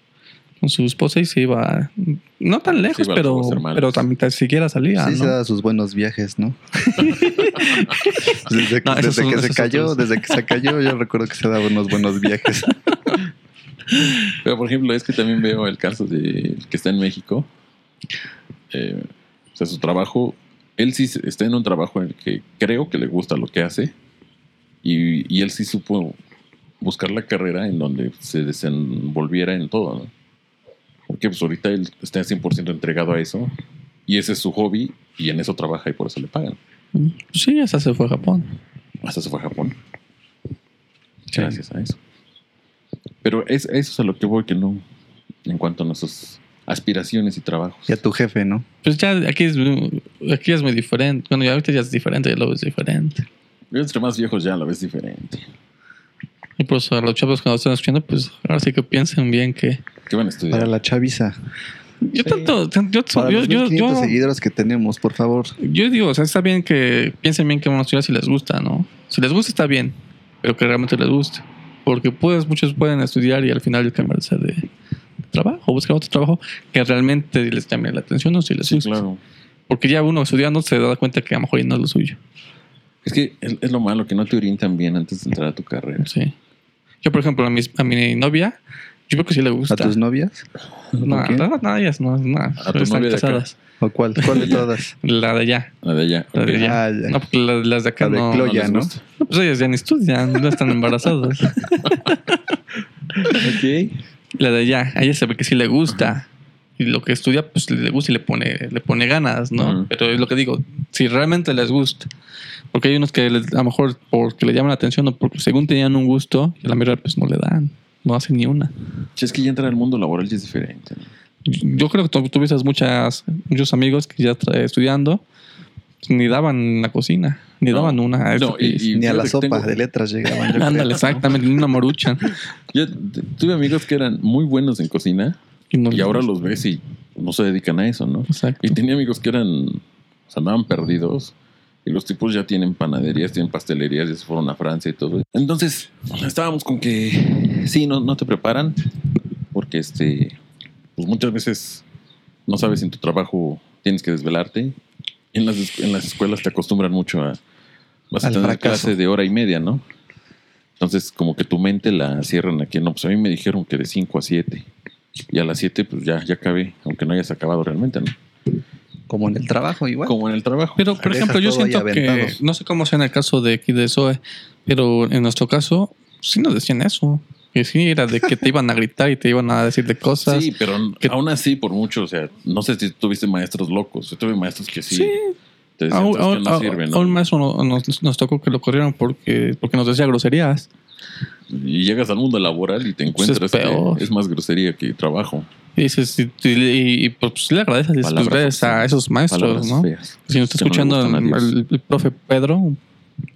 Speaker 3: con su esposa y se iba no tan lejos,
Speaker 1: iba a los
Speaker 3: pero,
Speaker 1: Ojos Hermanos.
Speaker 3: pero también tan siquiera salía,
Speaker 2: Sí, se
Speaker 3: ¿no?
Speaker 2: da sus buenos viajes, ¿no? Pues desde
Speaker 3: No, esos
Speaker 2: desde
Speaker 3: son-
Speaker 2: que se
Speaker 3: esos
Speaker 2: cayó,
Speaker 3: otros.
Speaker 2: desde que se cayó, yo recuerdo que se daba unos buenos viajes.
Speaker 1: Pero, por ejemplo, es que también veo el caso de que está en México. Eh, o sea, su trabajo, él sí se- está en un trabajo en el que creo que le gusta lo que hace. Y, y él sí supo buscar la carrera en donde se desenvolviera en todo, ¿no? Porque pues ahorita él está 100% entregado a eso. Y ese es su hobby y en eso trabaja y por eso le pagan.
Speaker 3: Sí, hasta se fue a Japón.
Speaker 1: Hasta se fue a Japón.
Speaker 3: Sí.
Speaker 1: Gracias a eso. Pero es, eso es a lo que voy, que no. En cuanto a nuestras aspiraciones y trabajos.
Speaker 2: Y a tu jefe, ¿no?
Speaker 3: Pues ya aquí es, aquí es muy diferente. Bueno, ya ahorita ya es diferente, ya lo ves diferente.
Speaker 1: Yo entre más viejos ya la ves diferente.
Speaker 3: Y por eso a los chavos que nos están escuchando, pues ahora sí que piensen bien que...
Speaker 1: ¿Qué van a estudiar?
Speaker 2: Para la chaviza.
Speaker 3: Yo
Speaker 1: Sí.
Speaker 3: tanto, tan- yo,
Speaker 2: Para
Speaker 3: yo,
Speaker 2: los
Speaker 3: yo,
Speaker 2: 1500
Speaker 3: yo-
Speaker 2: seguidores que tenemos, por favor.
Speaker 3: yo digo, o sea, está bien que piensen bien que van a estudiar si les gusta, ¿no? Si les gusta está bien, pero que realmente les guste. Porque pues muchos pueden estudiar y al final cambiarse de trabajo, buscar otro trabajo que realmente les llame la atención o si les
Speaker 1: Sí,
Speaker 3: gusta.
Speaker 1: claro.
Speaker 3: Porque ya uno estudiando se da cuenta que a lo mejor y no es lo suyo.
Speaker 1: Es que es, es lo malo, que no te orientan bien antes de entrar a tu carrera.
Speaker 3: Sí. Yo, por ejemplo, a, mis- a mi novia, yo creo que sí le gusta.
Speaker 2: ¿A tus novias?
Speaker 3: No,
Speaker 2: ¿Por qué?
Speaker 3: no, no, ellas no, no,
Speaker 1: tu
Speaker 3: están
Speaker 1: novia de acá?
Speaker 3: casadas.
Speaker 2: ¿O cuál? ¿Cuál de todas?
Speaker 3: La de allá.
Speaker 1: La de allá.
Speaker 3: La de
Speaker 1: ok.
Speaker 3: allá.
Speaker 2: Ah, ya.
Speaker 3: No, porque la- las de acá
Speaker 2: La de
Speaker 3: no.
Speaker 1: No
Speaker 2: Chloe.
Speaker 1: les
Speaker 2: ¿no?
Speaker 1: gusta.
Speaker 3: no, Pues ellas ya ni estudian, no están embarazadas.
Speaker 1: Ok.
Speaker 3: La de allá, a ella se ve que sí le gusta. Y lo que estudia, pues le gusta y le pone, le pone ganas, ¿no?
Speaker 1: Ujú.
Speaker 3: Pero es lo que digo, si realmente les gusta. Porque hay unos que les- a lo mejor porque le llaman la atención o porque según tenían un gusto, y a la mayoría pues no le dan, no hacen ni una.
Speaker 1: Sí, es que ya entrar al mundo laboral ya es diferente. ¿no?
Speaker 3: Yo creo que tú tuviste muchas, muchos amigos que ya tra- estudiando ni daban la cocina, ni
Speaker 1: No.
Speaker 3: daban una. a este
Speaker 1: No, y-
Speaker 3: país.
Speaker 1: y-
Speaker 2: Ni a la
Speaker 1: fíjate que
Speaker 2: sopa
Speaker 1: tengo-
Speaker 2: de letras llegaban. yo creo.
Speaker 3: Ándale, exactamente, ni una marucha.
Speaker 1: Yo t- tuve amigos que eran muy buenos en cocina
Speaker 3: Y, no-
Speaker 1: y ahora los ves y no se dedican a eso, ¿no?
Speaker 3: Exacto.
Speaker 1: Y tenía amigos que eran, o sea, andaban perdidos. Y los tipos ya tienen panaderías, tienen pastelerías, ya se fueron a Francia y todo. Entonces, estábamos con que sí, no, no te preparan, porque este, pues muchas veces no sabes en tu trabajo, tienes que desvelarte. En las, es- en las escuelas te acostumbran mucho a. Vas a
Speaker 2: Al
Speaker 1: tener
Speaker 2: fracaso.
Speaker 1: clase de hora y media, ¿no? Entonces, como que tu mente la cierran aquí. No, pues a mí me dijeron que de 5 a 7. Y a las 7, pues ya, ya acabé, aunque no hayas acabado realmente, ¿no?
Speaker 2: Como en el trabajo, igual.
Speaker 1: Como en el trabajo.
Speaker 3: Pues. Pero, por
Speaker 2: Dejas
Speaker 3: ejemplo, yo
Speaker 2: todo ahí
Speaker 3: siento que,
Speaker 2: aventado.
Speaker 3: no sé cómo sea en el caso de aquí de Zoe, pero en nuestro caso, sí nos decían eso. Que sí, era de que te iban a gritar y te iban a decir de cosas.
Speaker 1: sí, pero
Speaker 3: que-
Speaker 1: aún así, por mucho, o sea, no sé si tuviste maestros locos. Yo tuve maestros que sí,
Speaker 3: Sí,
Speaker 1: te decían
Speaker 3: aún,
Speaker 1: "Sabes que
Speaker 3: aún-
Speaker 1: no sirven, ¿no?
Speaker 3: aún más uno- nos, nos tocó que lo corrieron porque, porque nos decía groserías.
Speaker 1: Y llegas al mundo laboral y te
Speaker 3: Pues
Speaker 1: encuentras
Speaker 3: es peor.
Speaker 1: que es más grosería que trabajo.
Speaker 3: Y dices, y, y- y, pues le agradeces dices, pues,
Speaker 1: Palabras
Speaker 3: gracias a
Speaker 1: obscenas,
Speaker 3: esos maestros,
Speaker 1: Palabras
Speaker 3: ¿no?
Speaker 1: feas.
Speaker 3: Si nos está
Speaker 1: que no le
Speaker 3: escuchando
Speaker 1: gustan a
Speaker 3: el,
Speaker 1: Dios.
Speaker 3: el- el profe Pedro, un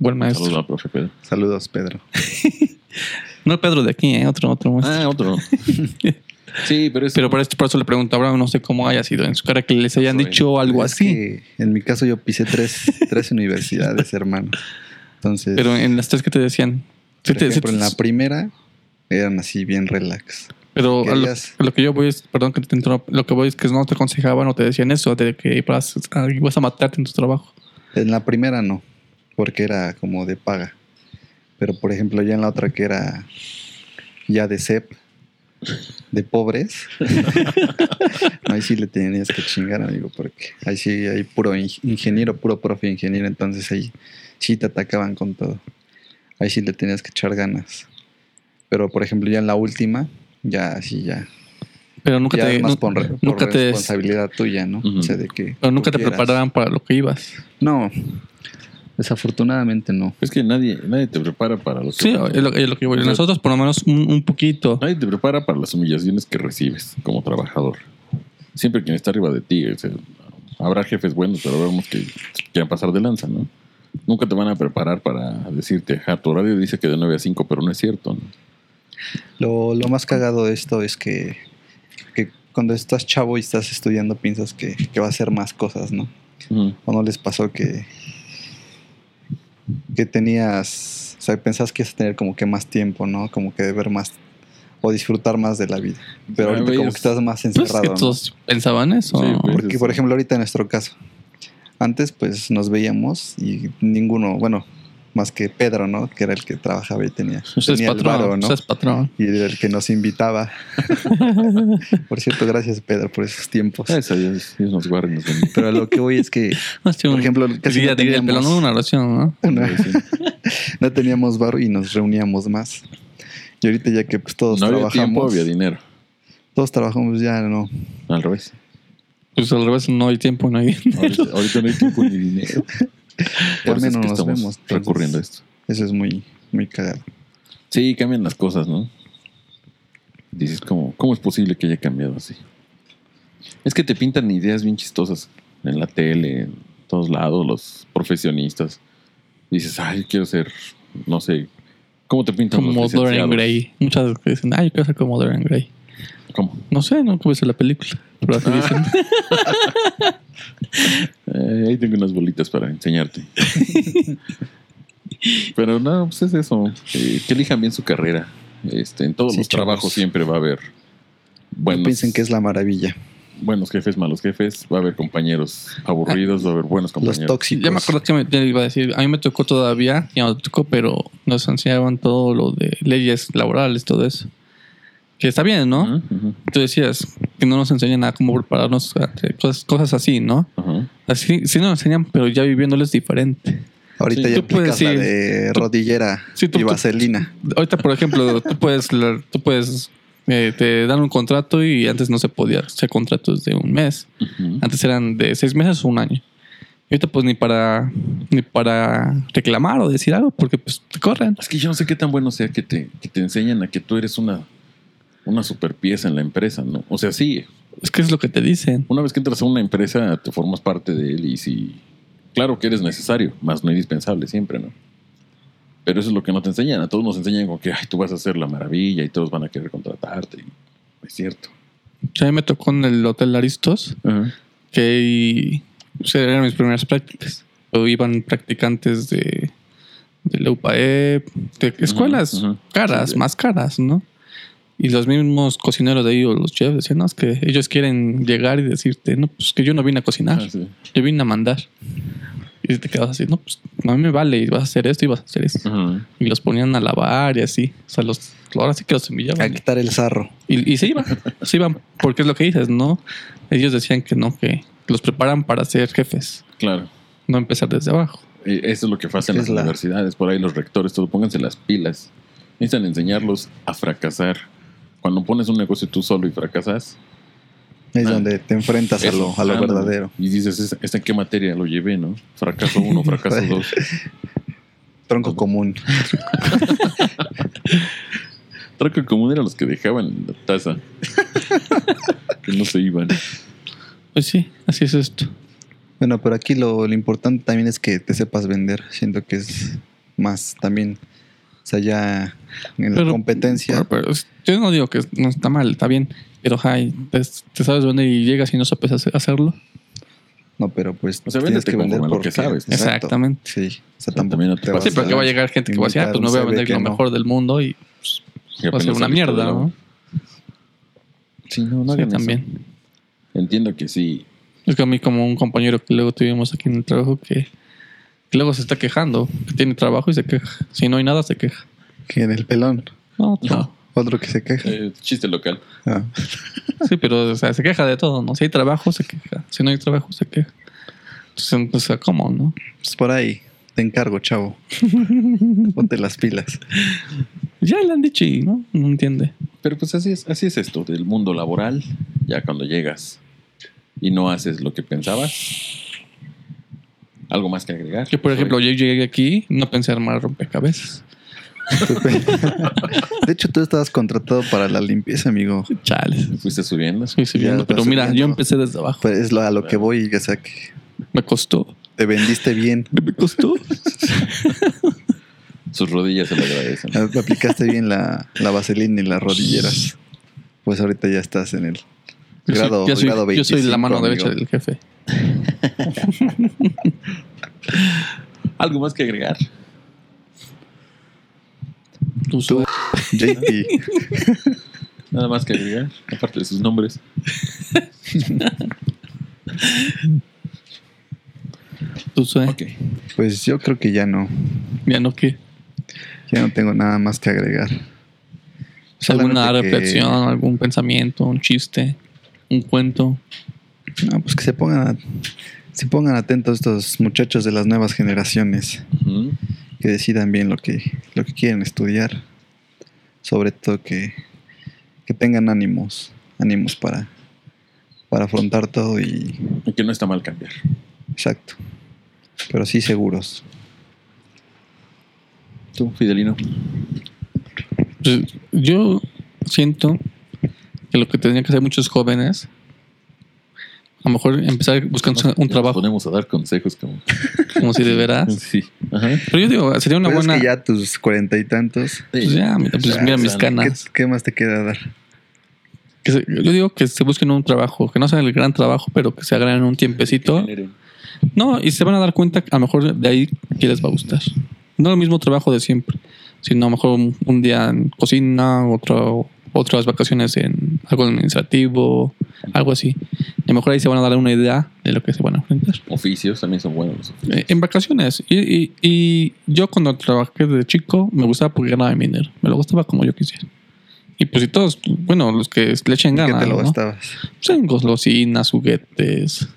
Speaker 3: buen
Speaker 1: Saludos
Speaker 3: maestro.
Speaker 1: al profe Pedro.
Speaker 2: Saludos, Pedro.
Speaker 3: No el Pedro de aquí, ¿eh? otro, otro maestro.
Speaker 1: Ah, otro. sí, pero es.
Speaker 3: Pero por, esto, por eso le pregunto, ahora no sé cómo haya sido en su cara que les hayan
Speaker 1: Soy-
Speaker 3: dicho algo
Speaker 2: Pues Es
Speaker 3: así.
Speaker 2: que en mi caso yo pisé tres, tres universidades, hermano. Entonces,
Speaker 3: Pero en las tres que te decían. Sí
Speaker 2: por
Speaker 3: te- sí
Speaker 2: ejemplo,
Speaker 3: te-
Speaker 2: en la primera eran así bien relax.
Speaker 3: pero a lo,
Speaker 2: querías-
Speaker 3: a lo que yo voy es, perdón que te interrumpa, lo que voy es que no te aconsejaban o te decían eso, de que ibas a, ibas a matarte en tu trabajo.
Speaker 2: En la primera no, porque era como de paga. Pero por ejemplo, ya en la otra que era ya de CEP, de pobres, ahí sí le tenías que chingar, amigo, porque ahí sí hay puro ing- ingeniero, puro profe ingeniero, entonces ahí sí te atacaban con todo. Ahí sí le tenías que echar ganas. Pero, por ejemplo, ya en la última, ya sí, ya.
Speaker 3: Pero nunca
Speaker 2: ya
Speaker 3: te,
Speaker 2: es más
Speaker 3: nu-
Speaker 2: por, re- por
Speaker 3: nunca te-
Speaker 2: responsabilidad tuya, ¿no?
Speaker 1: Ujú.
Speaker 2: O sea, de que.
Speaker 3: pero
Speaker 2: tú
Speaker 3: nunca te
Speaker 2: quieras.
Speaker 3: preparaban para lo que ibas.
Speaker 2: No, desafortunadamente no.
Speaker 1: Es que nadie, nadie te prepara para los
Speaker 3: Sí, es lo, es lo que yo voy. Nosotros por lo menos un, un poquito.
Speaker 1: Nadie te prepara para las humillaciones que recibes como trabajador. Siempre quien está arriba de ti. o sea, habrá jefes buenos, pero habrá unos que quieran pasar de lanza, ¿no? Nunca te van a preparar para decirte, ja, tu horario dice que de 9 a 5, pero no es cierto. ¿no?
Speaker 2: Lo, lo más cagado de esto es que, que cuando estás chavo y estás estudiando piensas que, que va a hacer más cosas, ¿no?
Speaker 1: Ujú.
Speaker 2: ¿O no les pasó que, que tenías, o sea, pensabas que ibas a tener como que más tiempo, ¿no? Como que ver más o disfrutar más de la vida. Pero
Speaker 1: Ah,
Speaker 2: ahorita
Speaker 1: güey,
Speaker 2: como
Speaker 1: es-
Speaker 2: que estás más
Speaker 3: Pues es
Speaker 2: encerrado.
Speaker 3: que
Speaker 2: ¿no?
Speaker 3: todos pensaban eso.
Speaker 1: Sí, pues.
Speaker 2: Porque, por ejemplo, ahorita en nuestro caso, antes pues nos veíamos y ninguno, bueno, más que Pedro, ¿no? Que era el que trabajaba y tenía,
Speaker 3: Usted es
Speaker 2: tenía el
Speaker 3: patrón.
Speaker 2: varo, ¿no?
Speaker 3: usted es patrón.
Speaker 2: Y era el que nos invitaba. Por cierto, gracias Pedro por esos tiempos.
Speaker 1: Gracias a Dios, Dios nos guarde y nos bendiga.
Speaker 2: Pero a lo que voy es que,
Speaker 3: Hace
Speaker 2: por
Speaker 3: un-
Speaker 2: ejemplo, casi
Speaker 3: sí,
Speaker 2: no
Speaker 3: ya te diría el
Speaker 2: teníamos,
Speaker 3: pelón, no una oración, ¿no?
Speaker 2: no, no teníamos bar y nos reuníamos más. Y ahorita ya que pues, todos
Speaker 1: no había
Speaker 2: trabajamos,
Speaker 1: tiempo, había dinero.
Speaker 2: todos trabajamos ya, no.
Speaker 1: Al revés.
Speaker 3: Pues al revés, no hay tiempo, no hay.
Speaker 1: Ahorita, ahorita no hay tiempo ni dinero.
Speaker 2: Ya
Speaker 1: Por eso es
Speaker 2: menos
Speaker 1: que
Speaker 2: nos
Speaker 1: estamos
Speaker 2: vemos. entonces,
Speaker 1: recurriendo a esto.
Speaker 2: Eso es muy, muy cagado.
Speaker 1: Sí, cambian las cosas, ¿no? Dices, ¿cómo, ¿cómo es posible que haya cambiado así? Es que te pintan ideas bien chistosas en la tele, en todos lados, los profesionistas. Dices, ay, quiero ser, no sé, ¿cómo te pintan los
Speaker 3: Como
Speaker 1: licenciados?
Speaker 3: Dorian Gray. Muchas veces dicen, ay, yo quiero ser como Dorian Gray.
Speaker 1: ¿Cómo?
Speaker 3: No sé, no he visto la película. Pero así
Speaker 2: Ah.
Speaker 3: dicen.
Speaker 1: Eh, ahí tengo unas bolitas para enseñarte. Pero no, pues es eso. eh, que elijan bien su carrera. Este, en todos
Speaker 2: Sí,
Speaker 1: los
Speaker 2: chavos.
Speaker 1: trabajos siempre va a haber buenos,
Speaker 2: No piensen que es la maravilla.
Speaker 1: buenos jefes, malos jefes. Va a haber compañeros aburridos, va a haber buenos
Speaker 2: Los
Speaker 1: compañeros.
Speaker 2: tóxicos.
Speaker 3: ya me acuerdo que me, ya iba a decir, a mí me tocó todavía, ya no tocó, pero nos enseñaban todo lo de leyes laborales, todo eso. Que está bien, ¿no?
Speaker 1: Ujú, ujú,
Speaker 3: Tú decías que no nos enseñan a cómo prepararnos, ante cosas, cosas así, ¿no?
Speaker 1: ajá.
Speaker 3: Así sí nos enseñan, pero ya viviéndolo es diferente.
Speaker 1: Sí.
Speaker 2: Ahorita ya
Speaker 3: Tú puedes,
Speaker 2: aplicas la
Speaker 3: sí.
Speaker 2: de rodillera
Speaker 3: Sí, tú-
Speaker 2: y
Speaker 3: tú-
Speaker 2: vaselina.
Speaker 3: Ahorita, por ejemplo, tú puedes, leer- tú puedes, eh, te dan un contrato y antes no se podía hacer contratos de un mes.
Speaker 1: ujú.
Speaker 3: Antes eran de seis meses o un año. Y ahorita pues ni para ni para reclamar o decir algo, porque pues te corren.
Speaker 1: Es que yo no sé qué tan bueno sea que te, que te enseñen a que tú eres una, una super pieza en la empresa, ¿no? O sea, sí,
Speaker 3: Es que es lo que te dicen.
Speaker 1: Una vez que entras a una empresa, te formas parte de él y si... Claro que eres necesario, más no indispensable siempre, ¿no? Pero eso es lo que no te enseñan. A todos nos enseñan con que Ay, tú vas a hacer la maravilla y todos van a querer contratarte. y no es cierto.
Speaker 3: Ya me tocó en el Hotel Aristos, que ahí, pues, eran mis primeras prácticas. O iban practicantes de, de la UPAEP, de escuelas
Speaker 1: ujú.
Speaker 3: caras,
Speaker 1: Sí, de-
Speaker 3: más caras, ¿no? Y los mismos cocineros de ahí o los chefs decían, no, es que ellos quieren llegar y decirte, no, pues que yo no vine a cocinar.
Speaker 1: Ah, sí.
Speaker 3: yo vine a mandar. Y te quedas así, no, pues a mí me vale, y vas a hacer esto y vas a hacer esto.
Speaker 1: Ujú.
Speaker 3: Y los ponían a lavar y así. O sea, los, ahora sí que los
Speaker 2: A
Speaker 3: humillaban.
Speaker 2: quitar el zarro.
Speaker 3: Y, y se iban, se iban, porque es lo que dices, ¿no? Ellos decían que no, que los preparan para ser jefes,
Speaker 1: Claro.
Speaker 3: no empezar desde abajo.
Speaker 1: Eh, Eso es lo que pasa en
Speaker 2: Es
Speaker 1: las
Speaker 2: la-
Speaker 1: universidades. Por ahí los rectores, todo, pónganse las pilas. Necesitan enseñarlos a fracasar. Cuando pones un negocio tú solo y fracasas,
Speaker 2: Es
Speaker 1: Ah.
Speaker 2: donde te enfrentas a lo, a lo
Speaker 1: Ándale.
Speaker 2: verdadero.
Speaker 1: Y dices, "¿Esta- ¿esta en qué materia lo llevé, no? Fracaso uno, fracaso
Speaker 2: Pues,
Speaker 1: dos.
Speaker 2: Tronco común.
Speaker 1: Traco común eran los que dejaban la taza. que no se iban.
Speaker 3: Pues sí, así es esto.
Speaker 2: Bueno, pero aquí lo, lo importante también es que te sepas vender. Siento que es más también. O sea, ya en la
Speaker 3: Pero-
Speaker 2: competencia.
Speaker 3: Pero, pero es- yo no digo que no está mal, está bien, pero ay, te, te sabes dónde y llegas y no sabes hace- hacerlo.
Speaker 2: no, pero pues.
Speaker 1: O sea, véndete conforme a lo que sabes, ¿no?
Speaker 2: Exacto.
Speaker 3: Exactamente.
Speaker 2: Sí. O sea,
Speaker 1: sea, también no
Speaker 2: tampoco
Speaker 1: te
Speaker 2: te vas
Speaker 1: pases.
Speaker 3: Sí, pero que va a llegar gente que va a decir, ah, pues me voy a
Speaker 2: Inventar un
Speaker 3: vender
Speaker 2: CV que
Speaker 3: lo
Speaker 2: no.
Speaker 3: mejor del mundo y
Speaker 1: Que
Speaker 3: va a ser
Speaker 1: apenas
Speaker 3: una
Speaker 1: saliste
Speaker 3: mierda,
Speaker 1: de la-
Speaker 3: ¿no?
Speaker 1: Sí, no, no
Speaker 3: Sí,
Speaker 1: hagan eso.
Speaker 3: también.
Speaker 1: Entiendo que sí.
Speaker 3: Es que a mí como un compañero que luego tuvimos aquí en el trabajo que, que luego se está quejando, que tiene trabajo y se queja. Si no hay nada, se queja.
Speaker 2: Que en el pelón.
Speaker 3: No, no.
Speaker 1: No.
Speaker 2: cuatro que se queja.
Speaker 1: Eh, chiste local.
Speaker 2: Ah,
Speaker 3: Sí, pero o sea, se queja de todo, ¿no? Si hay trabajo, se queja. Si no hay trabajo, se queja. Entonces, o sea, ¿cómo, no?
Speaker 2: pues por ahí, te encargo, chavo. Ponte las pilas.
Speaker 3: Ya le han dicho y no, no entiende.
Speaker 1: Pero pues así es, así es esto del mundo laboral. Ya cuando llegas y no haces lo que pensabas. Algo más que agregar.
Speaker 3: Que por
Speaker 1: Sobre-
Speaker 3: ejemplo, yo llegué aquí, no pensé armar rompecabezas.
Speaker 2: De hecho, tú estabas contratado para la limpieza, amigo.
Speaker 3: Chales.
Speaker 1: fuiste subiendo.
Speaker 3: Estoy subiendo,
Speaker 2: Ya
Speaker 3: pero
Speaker 2: estás
Speaker 3: mira, yo
Speaker 2: subiendo.
Speaker 3: empecé desde abajo.
Speaker 2: Pues es lo- a lo que voy, o sea, que
Speaker 3: Me costó.
Speaker 2: te vendiste bien.
Speaker 3: Me costó.
Speaker 1: Sus rodillas se lo agradecen.
Speaker 2: Aplicaste bien la, la vaselina y las rodilleras. Pues ahorita ya estás en el
Speaker 3: Yo soy-
Speaker 2: grado,
Speaker 3: yo soy,
Speaker 2: grado
Speaker 3: yo soy la
Speaker 2: 25,
Speaker 3: mano
Speaker 2: amigo.
Speaker 3: derecha del jefe.
Speaker 1: Algo más que agregar.
Speaker 3: Tú sabes.
Speaker 2: JP.
Speaker 1: Nada más que agregar. Aparte de sus nombres.
Speaker 3: Tú sabes.
Speaker 1: Ok.
Speaker 2: Pues yo creo que ya no.
Speaker 3: Ya no qué.
Speaker 2: Ya no tengo nada más que agregar. Solamente
Speaker 3: alguna
Speaker 2: que-
Speaker 3: reflexión, algún pensamiento, un chiste, un cuento.
Speaker 2: No, pues que se pongan, a- se pongan atentos estos muchachos de las nuevas generaciones.
Speaker 1: Ujú.
Speaker 2: Que decidan bien lo que, lo que quieren estudiar. Sobre todo que, que tengan ánimos. Ánimos para, para afrontar todo y,
Speaker 1: Y que no está mal cambiar.
Speaker 2: Exacto. Pero sí seguros.
Speaker 1: Tú, Fidelino.
Speaker 3: Pues, yo siento que lo que tendrían que hacer muchos jóvenes, a lo mejor empezar buscando un
Speaker 1: Nos
Speaker 3: trabajo
Speaker 1: Podemos a dar consejos como.
Speaker 3: como si de veras.
Speaker 1: Sí. Ajá.
Speaker 3: Pero yo digo, sería una
Speaker 2: Pero
Speaker 3: buena.
Speaker 2: Pues es que ya tus cuarenta y tantos.
Speaker 3: Pues ya, mira, pues
Speaker 1: Ya,
Speaker 3: mira
Speaker 1: o
Speaker 3: mis
Speaker 1: sea,
Speaker 2: ¿qué,
Speaker 3: canas.
Speaker 2: qué más te queda dar?
Speaker 3: Que se- yo digo que se busquen un trabajo, que no sea el gran trabajo, pero que se hagan un tiempecito.
Speaker 1: generen.
Speaker 3: No, y se van a dar cuenta, a lo mejor de ahí que les va a gustar. No el mismo trabajo de siempre, sino a lo mejor un, un día en cocina, otro, otras vacaciones en algo administrativo, algo así. Y a lo mejor ahí se van a dar una idea de lo que se van a enfrentar.
Speaker 1: Oficios también son buenos. los oficios.
Speaker 3: Eh, En vacaciones. Y, y- y yo cuando trabajé de chico me gustaba porque ganaba mi dinero. Me lo gustaba como yo quisiera. Y pues y todos, bueno, los que le echen
Speaker 2: ¿Qué
Speaker 3: ganas,
Speaker 2: te lo
Speaker 3: ¿no?
Speaker 2: gastabas?
Speaker 3: Pues en golosinas, juguetes.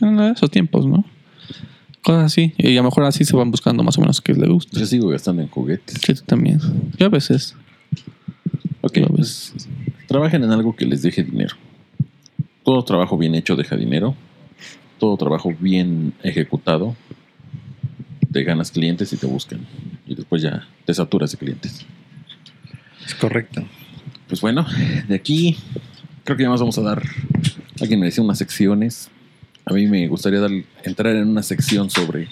Speaker 3: En esos tiempos, ¿no? Cosas así. Y a lo mejor así se van buscando más o menos que les gusta.
Speaker 1: Yo sigo gastando en juguetes.
Speaker 3: Sí, tú también. Yo a veces.
Speaker 1: Ok.
Speaker 3: Lo ves.
Speaker 1: pues, trabajen en algo que les deje dinero. Todo trabajo bien hecho deja dinero. Todo trabajo bien ejecutado te ganas clientes y te buscan. Y después ya te saturas de clientes.
Speaker 2: Es correcto.
Speaker 1: Pues bueno, de aquí creo que ya más vamos a dar. Alguien me decía unas secciones. A mí me gustaría dar- entrar en una sección sobre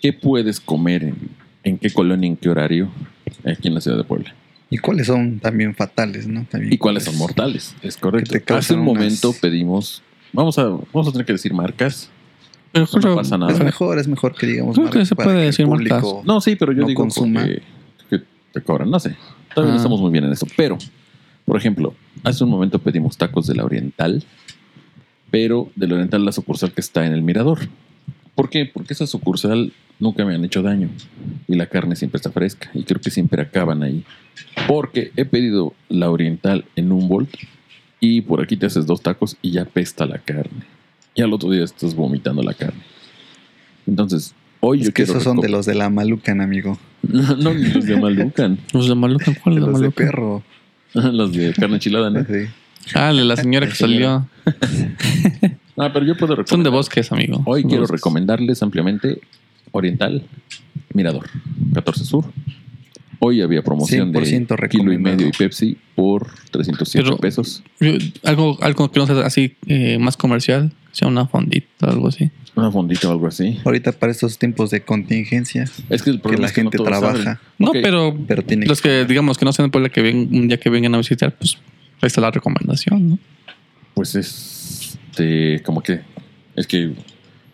Speaker 1: qué puedes comer, en, en qué colonia, en qué horario, aquí en la ciudad de Puebla.
Speaker 2: ¿Y cuáles son también fatales, no? También pues,
Speaker 1: Y cuáles son mortales. Es correcto.
Speaker 2: Que te
Speaker 1: Hace
Speaker 2: causan
Speaker 1: un momento
Speaker 2: unas-
Speaker 1: pedimos. Vamos a, vamos a tener que decir marcas.
Speaker 3: Pero creo,
Speaker 1: no pasa nada.
Speaker 2: Es mejor, es mejor que digamos.
Speaker 3: Creo que
Speaker 2: marcas
Speaker 3: se
Speaker 2: para
Speaker 3: puede
Speaker 2: el
Speaker 3: decir marcas.
Speaker 2: público-
Speaker 1: No, sí, pero yo
Speaker 2: pues, No
Speaker 1: digo
Speaker 2: consuma.
Speaker 1: porque- que te cobran. No sé. Todavía no
Speaker 3: Ah.
Speaker 1: estamos muy bien en esto. Pero, por ejemplo, hace un momento pedimos tacos de la Oriental, pero de la Oriental la sucursal que está en el Mirador. ¿Por qué? Porque esa sucursal nunca me han hecho daño y la carne siempre está fresca y creo que siempre acaban ahí. Porque he pedido la Oriental en un volt y por aquí te haces dos tacos y ya pesta la carne. Y al otro día estás vomitando la carne. Entonces, hoy
Speaker 2: Es
Speaker 1: yo
Speaker 2: que
Speaker 1: quiero
Speaker 2: esos son de
Speaker 1: recom-
Speaker 2: los de la malucan, amigo.
Speaker 1: no, no, ni los de Malucan.
Speaker 3: Los de Maluca, ¿cuál
Speaker 2: De
Speaker 3: es la
Speaker 2: los de
Speaker 3: Maluca?
Speaker 2: perro.
Speaker 1: los de carne chilada, ¿no?
Speaker 2: Sí.
Speaker 3: Ah, el de la señora que
Speaker 2: La señora.
Speaker 3: salió.
Speaker 1: Ah, pero yo puedo recomendar.
Speaker 3: Son de bosques, amigo.
Speaker 1: Hoy
Speaker 3: Son de
Speaker 1: quiero
Speaker 3: bosques.
Speaker 1: recomendarles ampliamente Oriental Mirador, 14 Sur. Hoy había promoción de
Speaker 2: 100%
Speaker 1: kilo y medio
Speaker 2: recomendado.
Speaker 1: y Pepsi por 307
Speaker 3: Pero-
Speaker 1: pesos.
Speaker 3: Yo- algo, algo que no sea así eh, más comercial, sea una fondita o algo así.
Speaker 1: Una fondita o algo así.
Speaker 2: Ahorita para estos tiempos de contingencia,
Speaker 1: Es que el
Speaker 2: que
Speaker 1: problema
Speaker 2: la
Speaker 1: es que no
Speaker 2: gente
Speaker 1: todos
Speaker 2: trabaja,
Speaker 1: saben.
Speaker 3: No,
Speaker 1: Ok,
Speaker 3: pero
Speaker 2: pero tiene
Speaker 3: los que digamos que no sean de Puebla que ven, un día que vengan a visitar, pues ahí está la recomendación, ¿no?
Speaker 1: Pues es. Este, como que. Es que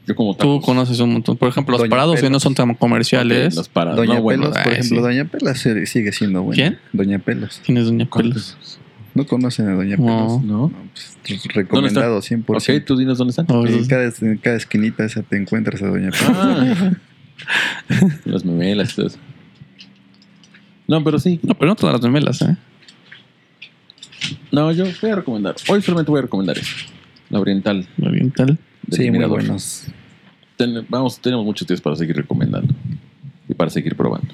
Speaker 1: yo como
Speaker 3: Tú
Speaker 1: tacos-
Speaker 3: conoces un montón. Por ejemplo, los
Speaker 2: Doña
Speaker 3: parados que
Speaker 2: Pelos.
Speaker 3: no son tan comerciales.
Speaker 1: Los para-
Speaker 2: Doña
Speaker 1: Ah, no, bueno,
Speaker 2: Pelos, por
Speaker 3: ay,
Speaker 2: ejemplo,
Speaker 3: sí.
Speaker 2: Doña Pelas se- sigue siendo buena.
Speaker 3: ¿Quién?
Speaker 2: Doña Pelos.
Speaker 3: ¿Quién es Doña Pelos?
Speaker 2: No conocen a Doña Pelos.
Speaker 3: No.
Speaker 1: ¿No?
Speaker 2: No, pues, recomendado 100%.
Speaker 1: Ok, tú dinos dónde están.
Speaker 3: Oh,
Speaker 2: En
Speaker 3: esos-
Speaker 2: cada, en cada esquinita esa te encuentras a Doña Pelos.
Speaker 1: Ah. Las memelas y todo eso. No, pero sí.
Speaker 3: No, pero no todas las memelas, ¿eh?
Speaker 1: No, yo voy a recomendar. Hoy solamente voy a recomendar eso. La oriental.
Speaker 3: Oriental.
Speaker 1: del
Speaker 4: sí, muy
Speaker 1: Mirador.
Speaker 4: buenos.
Speaker 1: Ten- vamos, tenemos muchos días para seguir recomendando y para seguir probando.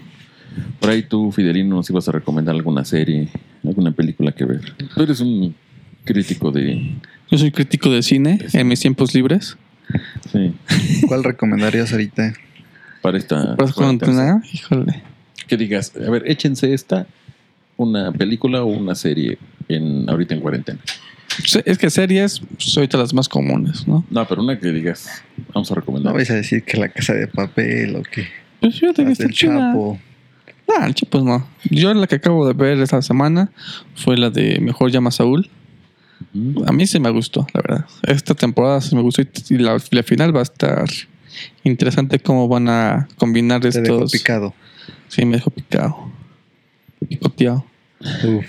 Speaker 1: Por ahí tú, Fidelino, nos ibas a recomendar alguna serie, alguna película que ver. Tú eres un crítico de...
Speaker 3: Yo soy crítico de cine en mis tiempos libres.
Speaker 1: Sí,
Speaker 2: ¿Cuál recomendarías ahorita?
Speaker 1: para esta...
Speaker 3: Para
Speaker 1: cuarentena.
Speaker 3: cuarentena, híjole.
Speaker 1: Que digas, a ver, échense esta, una película o una serie en ahorita en cuarentena.
Speaker 3: Se- Es que series, pues, ahorita las más comunes, ¿no?
Speaker 1: No, pero una que digas, vamos a recomendar.
Speaker 2: ¿No vais a decir que la casa de papel o que
Speaker 3: Pues fíjate que
Speaker 2: las
Speaker 3: está
Speaker 2: del
Speaker 3: chida.
Speaker 2: Chapo?
Speaker 3: Nah, el Chapo no. Yo la que acabo de ver esta semana fue la de Mejor Llama a Saúl.
Speaker 1: Mm.
Speaker 3: A mí sí me gustó, la verdad. Esta temporada sí me gustó y y la, la final va a estar interesante cómo van a combinar
Speaker 2: Te dejó
Speaker 3: estos.
Speaker 2: picado.
Speaker 3: Sí, me dejó picado. Picoteado.
Speaker 2: Uf.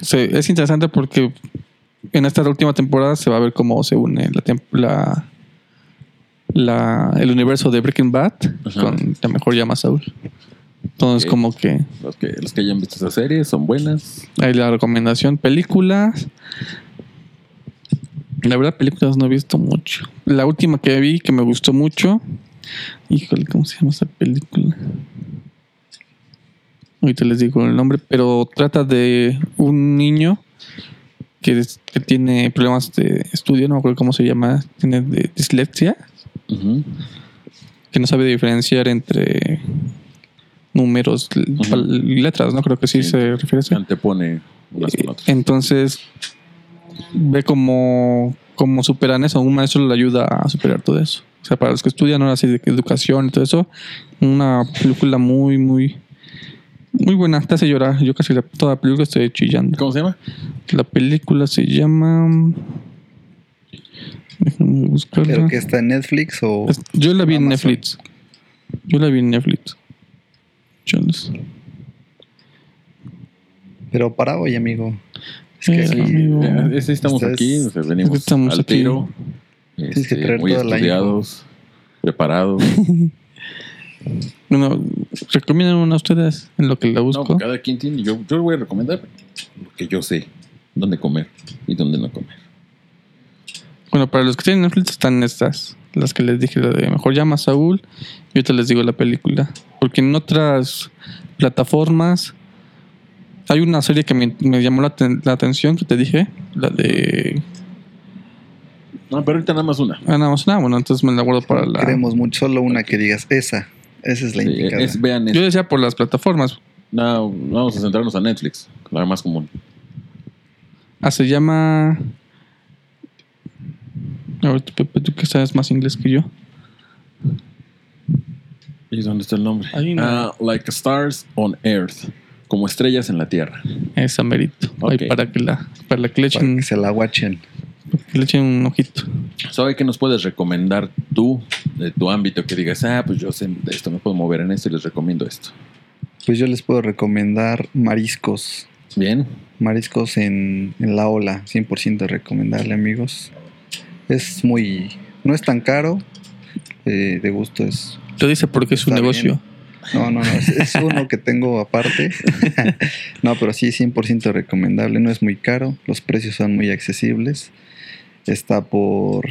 Speaker 3: Sí, es interesante porque en esta última temporada se va a ver cómo se une la, tem- la, la- el universo de Breaking Bad
Speaker 1: Ajá.
Speaker 3: con la mejor llama Saúl. Entonces,
Speaker 1: Ok.
Speaker 3: como que
Speaker 1: Los que, los que hayan visto esa serie son buenas.
Speaker 3: ahí la recomendación: películas. La verdad, películas no he visto mucho. La última que vi que me gustó mucho. Híjole, ¿cómo se llama esa película? Ahorita les digo el nombre, pero trata de un niño que, es- que tiene problemas de estudio, no me acuerdo cómo se llama, tiene de- dislexia,
Speaker 1: Ujú.
Speaker 3: que no sabe diferenciar entre números, l-
Speaker 1: Ujú.
Speaker 3: pal- letras, ¿no? Creo que sí,
Speaker 1: Sí.
Speaker 3: se refiere a eso.
Speaker 1: Antepone unas
Speaker 3: Eh,
Speaker 1: con otras.
Speaker 3: Entonces, ve cómo, cómo superan eso. Un maestro le ayuda a superar todo eso. O sea, para los que estudian ahora así de que educación y todo eso, una película muy, muy, muy buena. Te hace llorar. Yo casi la, toda la película estoy chillando.
Speaker 1: ¿Cómo se llama?
Speaker 3: La película se llama. Déjame buscarla.
Speaker 2: ¿Pero que está en Netflix o...?
Speaker 3: Es- Yo la vi en
Speaker 2: Amazon.
Speaker 3: Netflix. Yo la vi en Netflix. Chones.
Speaker 2: Pero para hoy, amigo. Es
Speaker 3: Eh,
Speaker 2: que aquí...
Speaker 3: amigo.
Speaker 1: Eh, sí, estamos
Speaker 2: Ustedes-
Speaker 1: aquí, o sea, venimos
Speaker 3: Estamos
Speaker 1: al
Speaker 3: aquí.
Speaker 1: tiro.
Speaker 2: que
Speaker 1: este,
Speaker 2: traer
Speaker 1: muy
Speaker 2: toda la
Speaker 1: estudiados, preparados.
Speaker 3: Bueno, recomiendan una a ustedes en lo que la
Speaker 1: No,
Speaker 3: busco.
Speaker 1: cada quien tiene. Yo, yo voy a recomendar lo que yo sé dónde comer y dónde no comer.
Speaker 3: Bueno, para los que tienen Netflix están estas, las que les dije, la de Mejor llama a Saúl, y ahorita les digo la película. Porque en otras plataformas hay una serie que me, me llamó la, aten- la atención, que te dije, la de...
Speaker 1: No, pero ahorita nada más una.
Speaker 3: Ah, no, no, bueno, entonces me la guardo para la...
Speaker 2: Queremos mucho, solo una que digas, esa. Esa es la
Speaker 1: Sí,
Speaker 2: indicada.
Speaker 1: Eh, es- vean, es-
Speaker 3: Yo decía por las plataformas.
Speaker 1: no, vamos a centrarnos a Netflix, la más común.
Speaker 3: Ah, se llama... A ver, tú, Pepe, tú que sabes más inglés que yo.
Speaker 1: ¿Y dónde está el nombre?
Speaker 3: Ahí no.
Speaker 1: Ah, like Stars on Earth, como estrellas en la Tierra.
Speaker 3: Esa merito.
Speaker 1: Ok.
Speaker 3: Ahí para que la, para la que le
Speaker 2: Para
Speaker 3: echen,
Speaker 2: que se la watchen.
Speaker 3: que le echen un ojito.
Speaker 1: ¿Sabe qué nos puedes recomendar tú de tu ámbito que digas, ah, pues yo sé de esto, me puedo mover en esto y les recomiendo esto?
Speaker 2: Pues yo les puedo recomendar mariscos.
Speaker 1: Bien,
Speaker 2: Mariscos en, en la ola, 100% recomendable, amigos. Es muy. No es tan caro. eh, de gusto es.
Speaker 3: Te dice porque es un
Speaker 2: Está bien.
Speaker 3: negocio.
Speaker 2: No, no, no. Es, es uno que tengo aparte. no, pero sí, 100% recomendable. No es muy caro. Los precios son muy accesibles. Está por.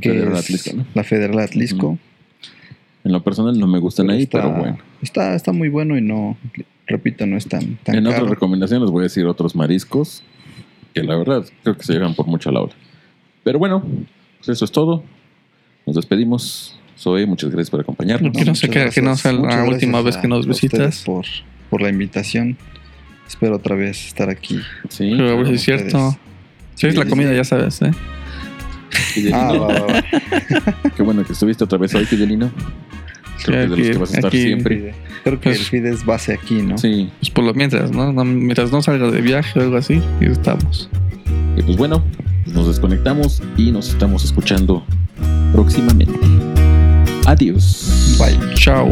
Speaker 2: que
Speaker 1: Federal
Speaker 2: es
Speaker 1: Atlisco, ¿no?
Speaker 2: La Federal Atlisco.
Speaker 1: En lo personal no me gustan ahí, pero bueno.
Speaker 2: Está, está muy bueno y no. Repito, no es tan, tan
Speaker 1: En
Speaker 2: caro.
Speaker 1: otras recomendaciones voy a decir otros mariscos que la verdad creo que se llevan por mucho a la hora. Pero bueno, pues eso es todo. Nos despedimos. Soy, muchas gracias por acompañarnos.
Speaker 3: Que no se
Speaker 2: muchas
Speaker 3: crea que no
Speaker 2: gracias.
Speaker 3: sea la
Speaker 2: Muchas
Speaker 3: última
Speaker 2: gracias
Speaker 3: vez que nos
Speaker 2: a ustedes
Speaker 3: visitas.
Speaker 2: Por, por la invitación. Espero otra vez estar aquí.
Speaker 1: Sí,
Speaker 3: Pero
Speaker 2: Ah,
Speaker 3: a ver
Speaker 1: claro.
Speaker 3: si es cierto. Si es
Speaker 2: Sí,
Speaker 3: la
Speaker 2: sí,
Speaker 3: comida,
Speaker 2: sí.
Speaker 3: ya sabes, ¿eh?
Speaker 1: Fidelino,
Speaker 2: Ah, va, va, va.
Speaker 1: Qué bueno que estuviste otra vez hoy, Fidelino. Creo que es de los que vas a estar
Speaker 3: Aquí-
Speaker 1: siempre.
Speaker 2: Creo que el
Speaker 3: Pues-
Speaker 2: FIDE es base aquí, ¿no?
Speaker 1: Sí,
Speaker 3: Pues por lo mientras, ¿no? No, Mientras no salga de viaje o algo así, y estamos.
Speaker 1: y pues bueno, nos desconectamos y nos estamos escuchando próximamente. Adiós.
Speaker 2: Bye.
Speaker 3: Chao.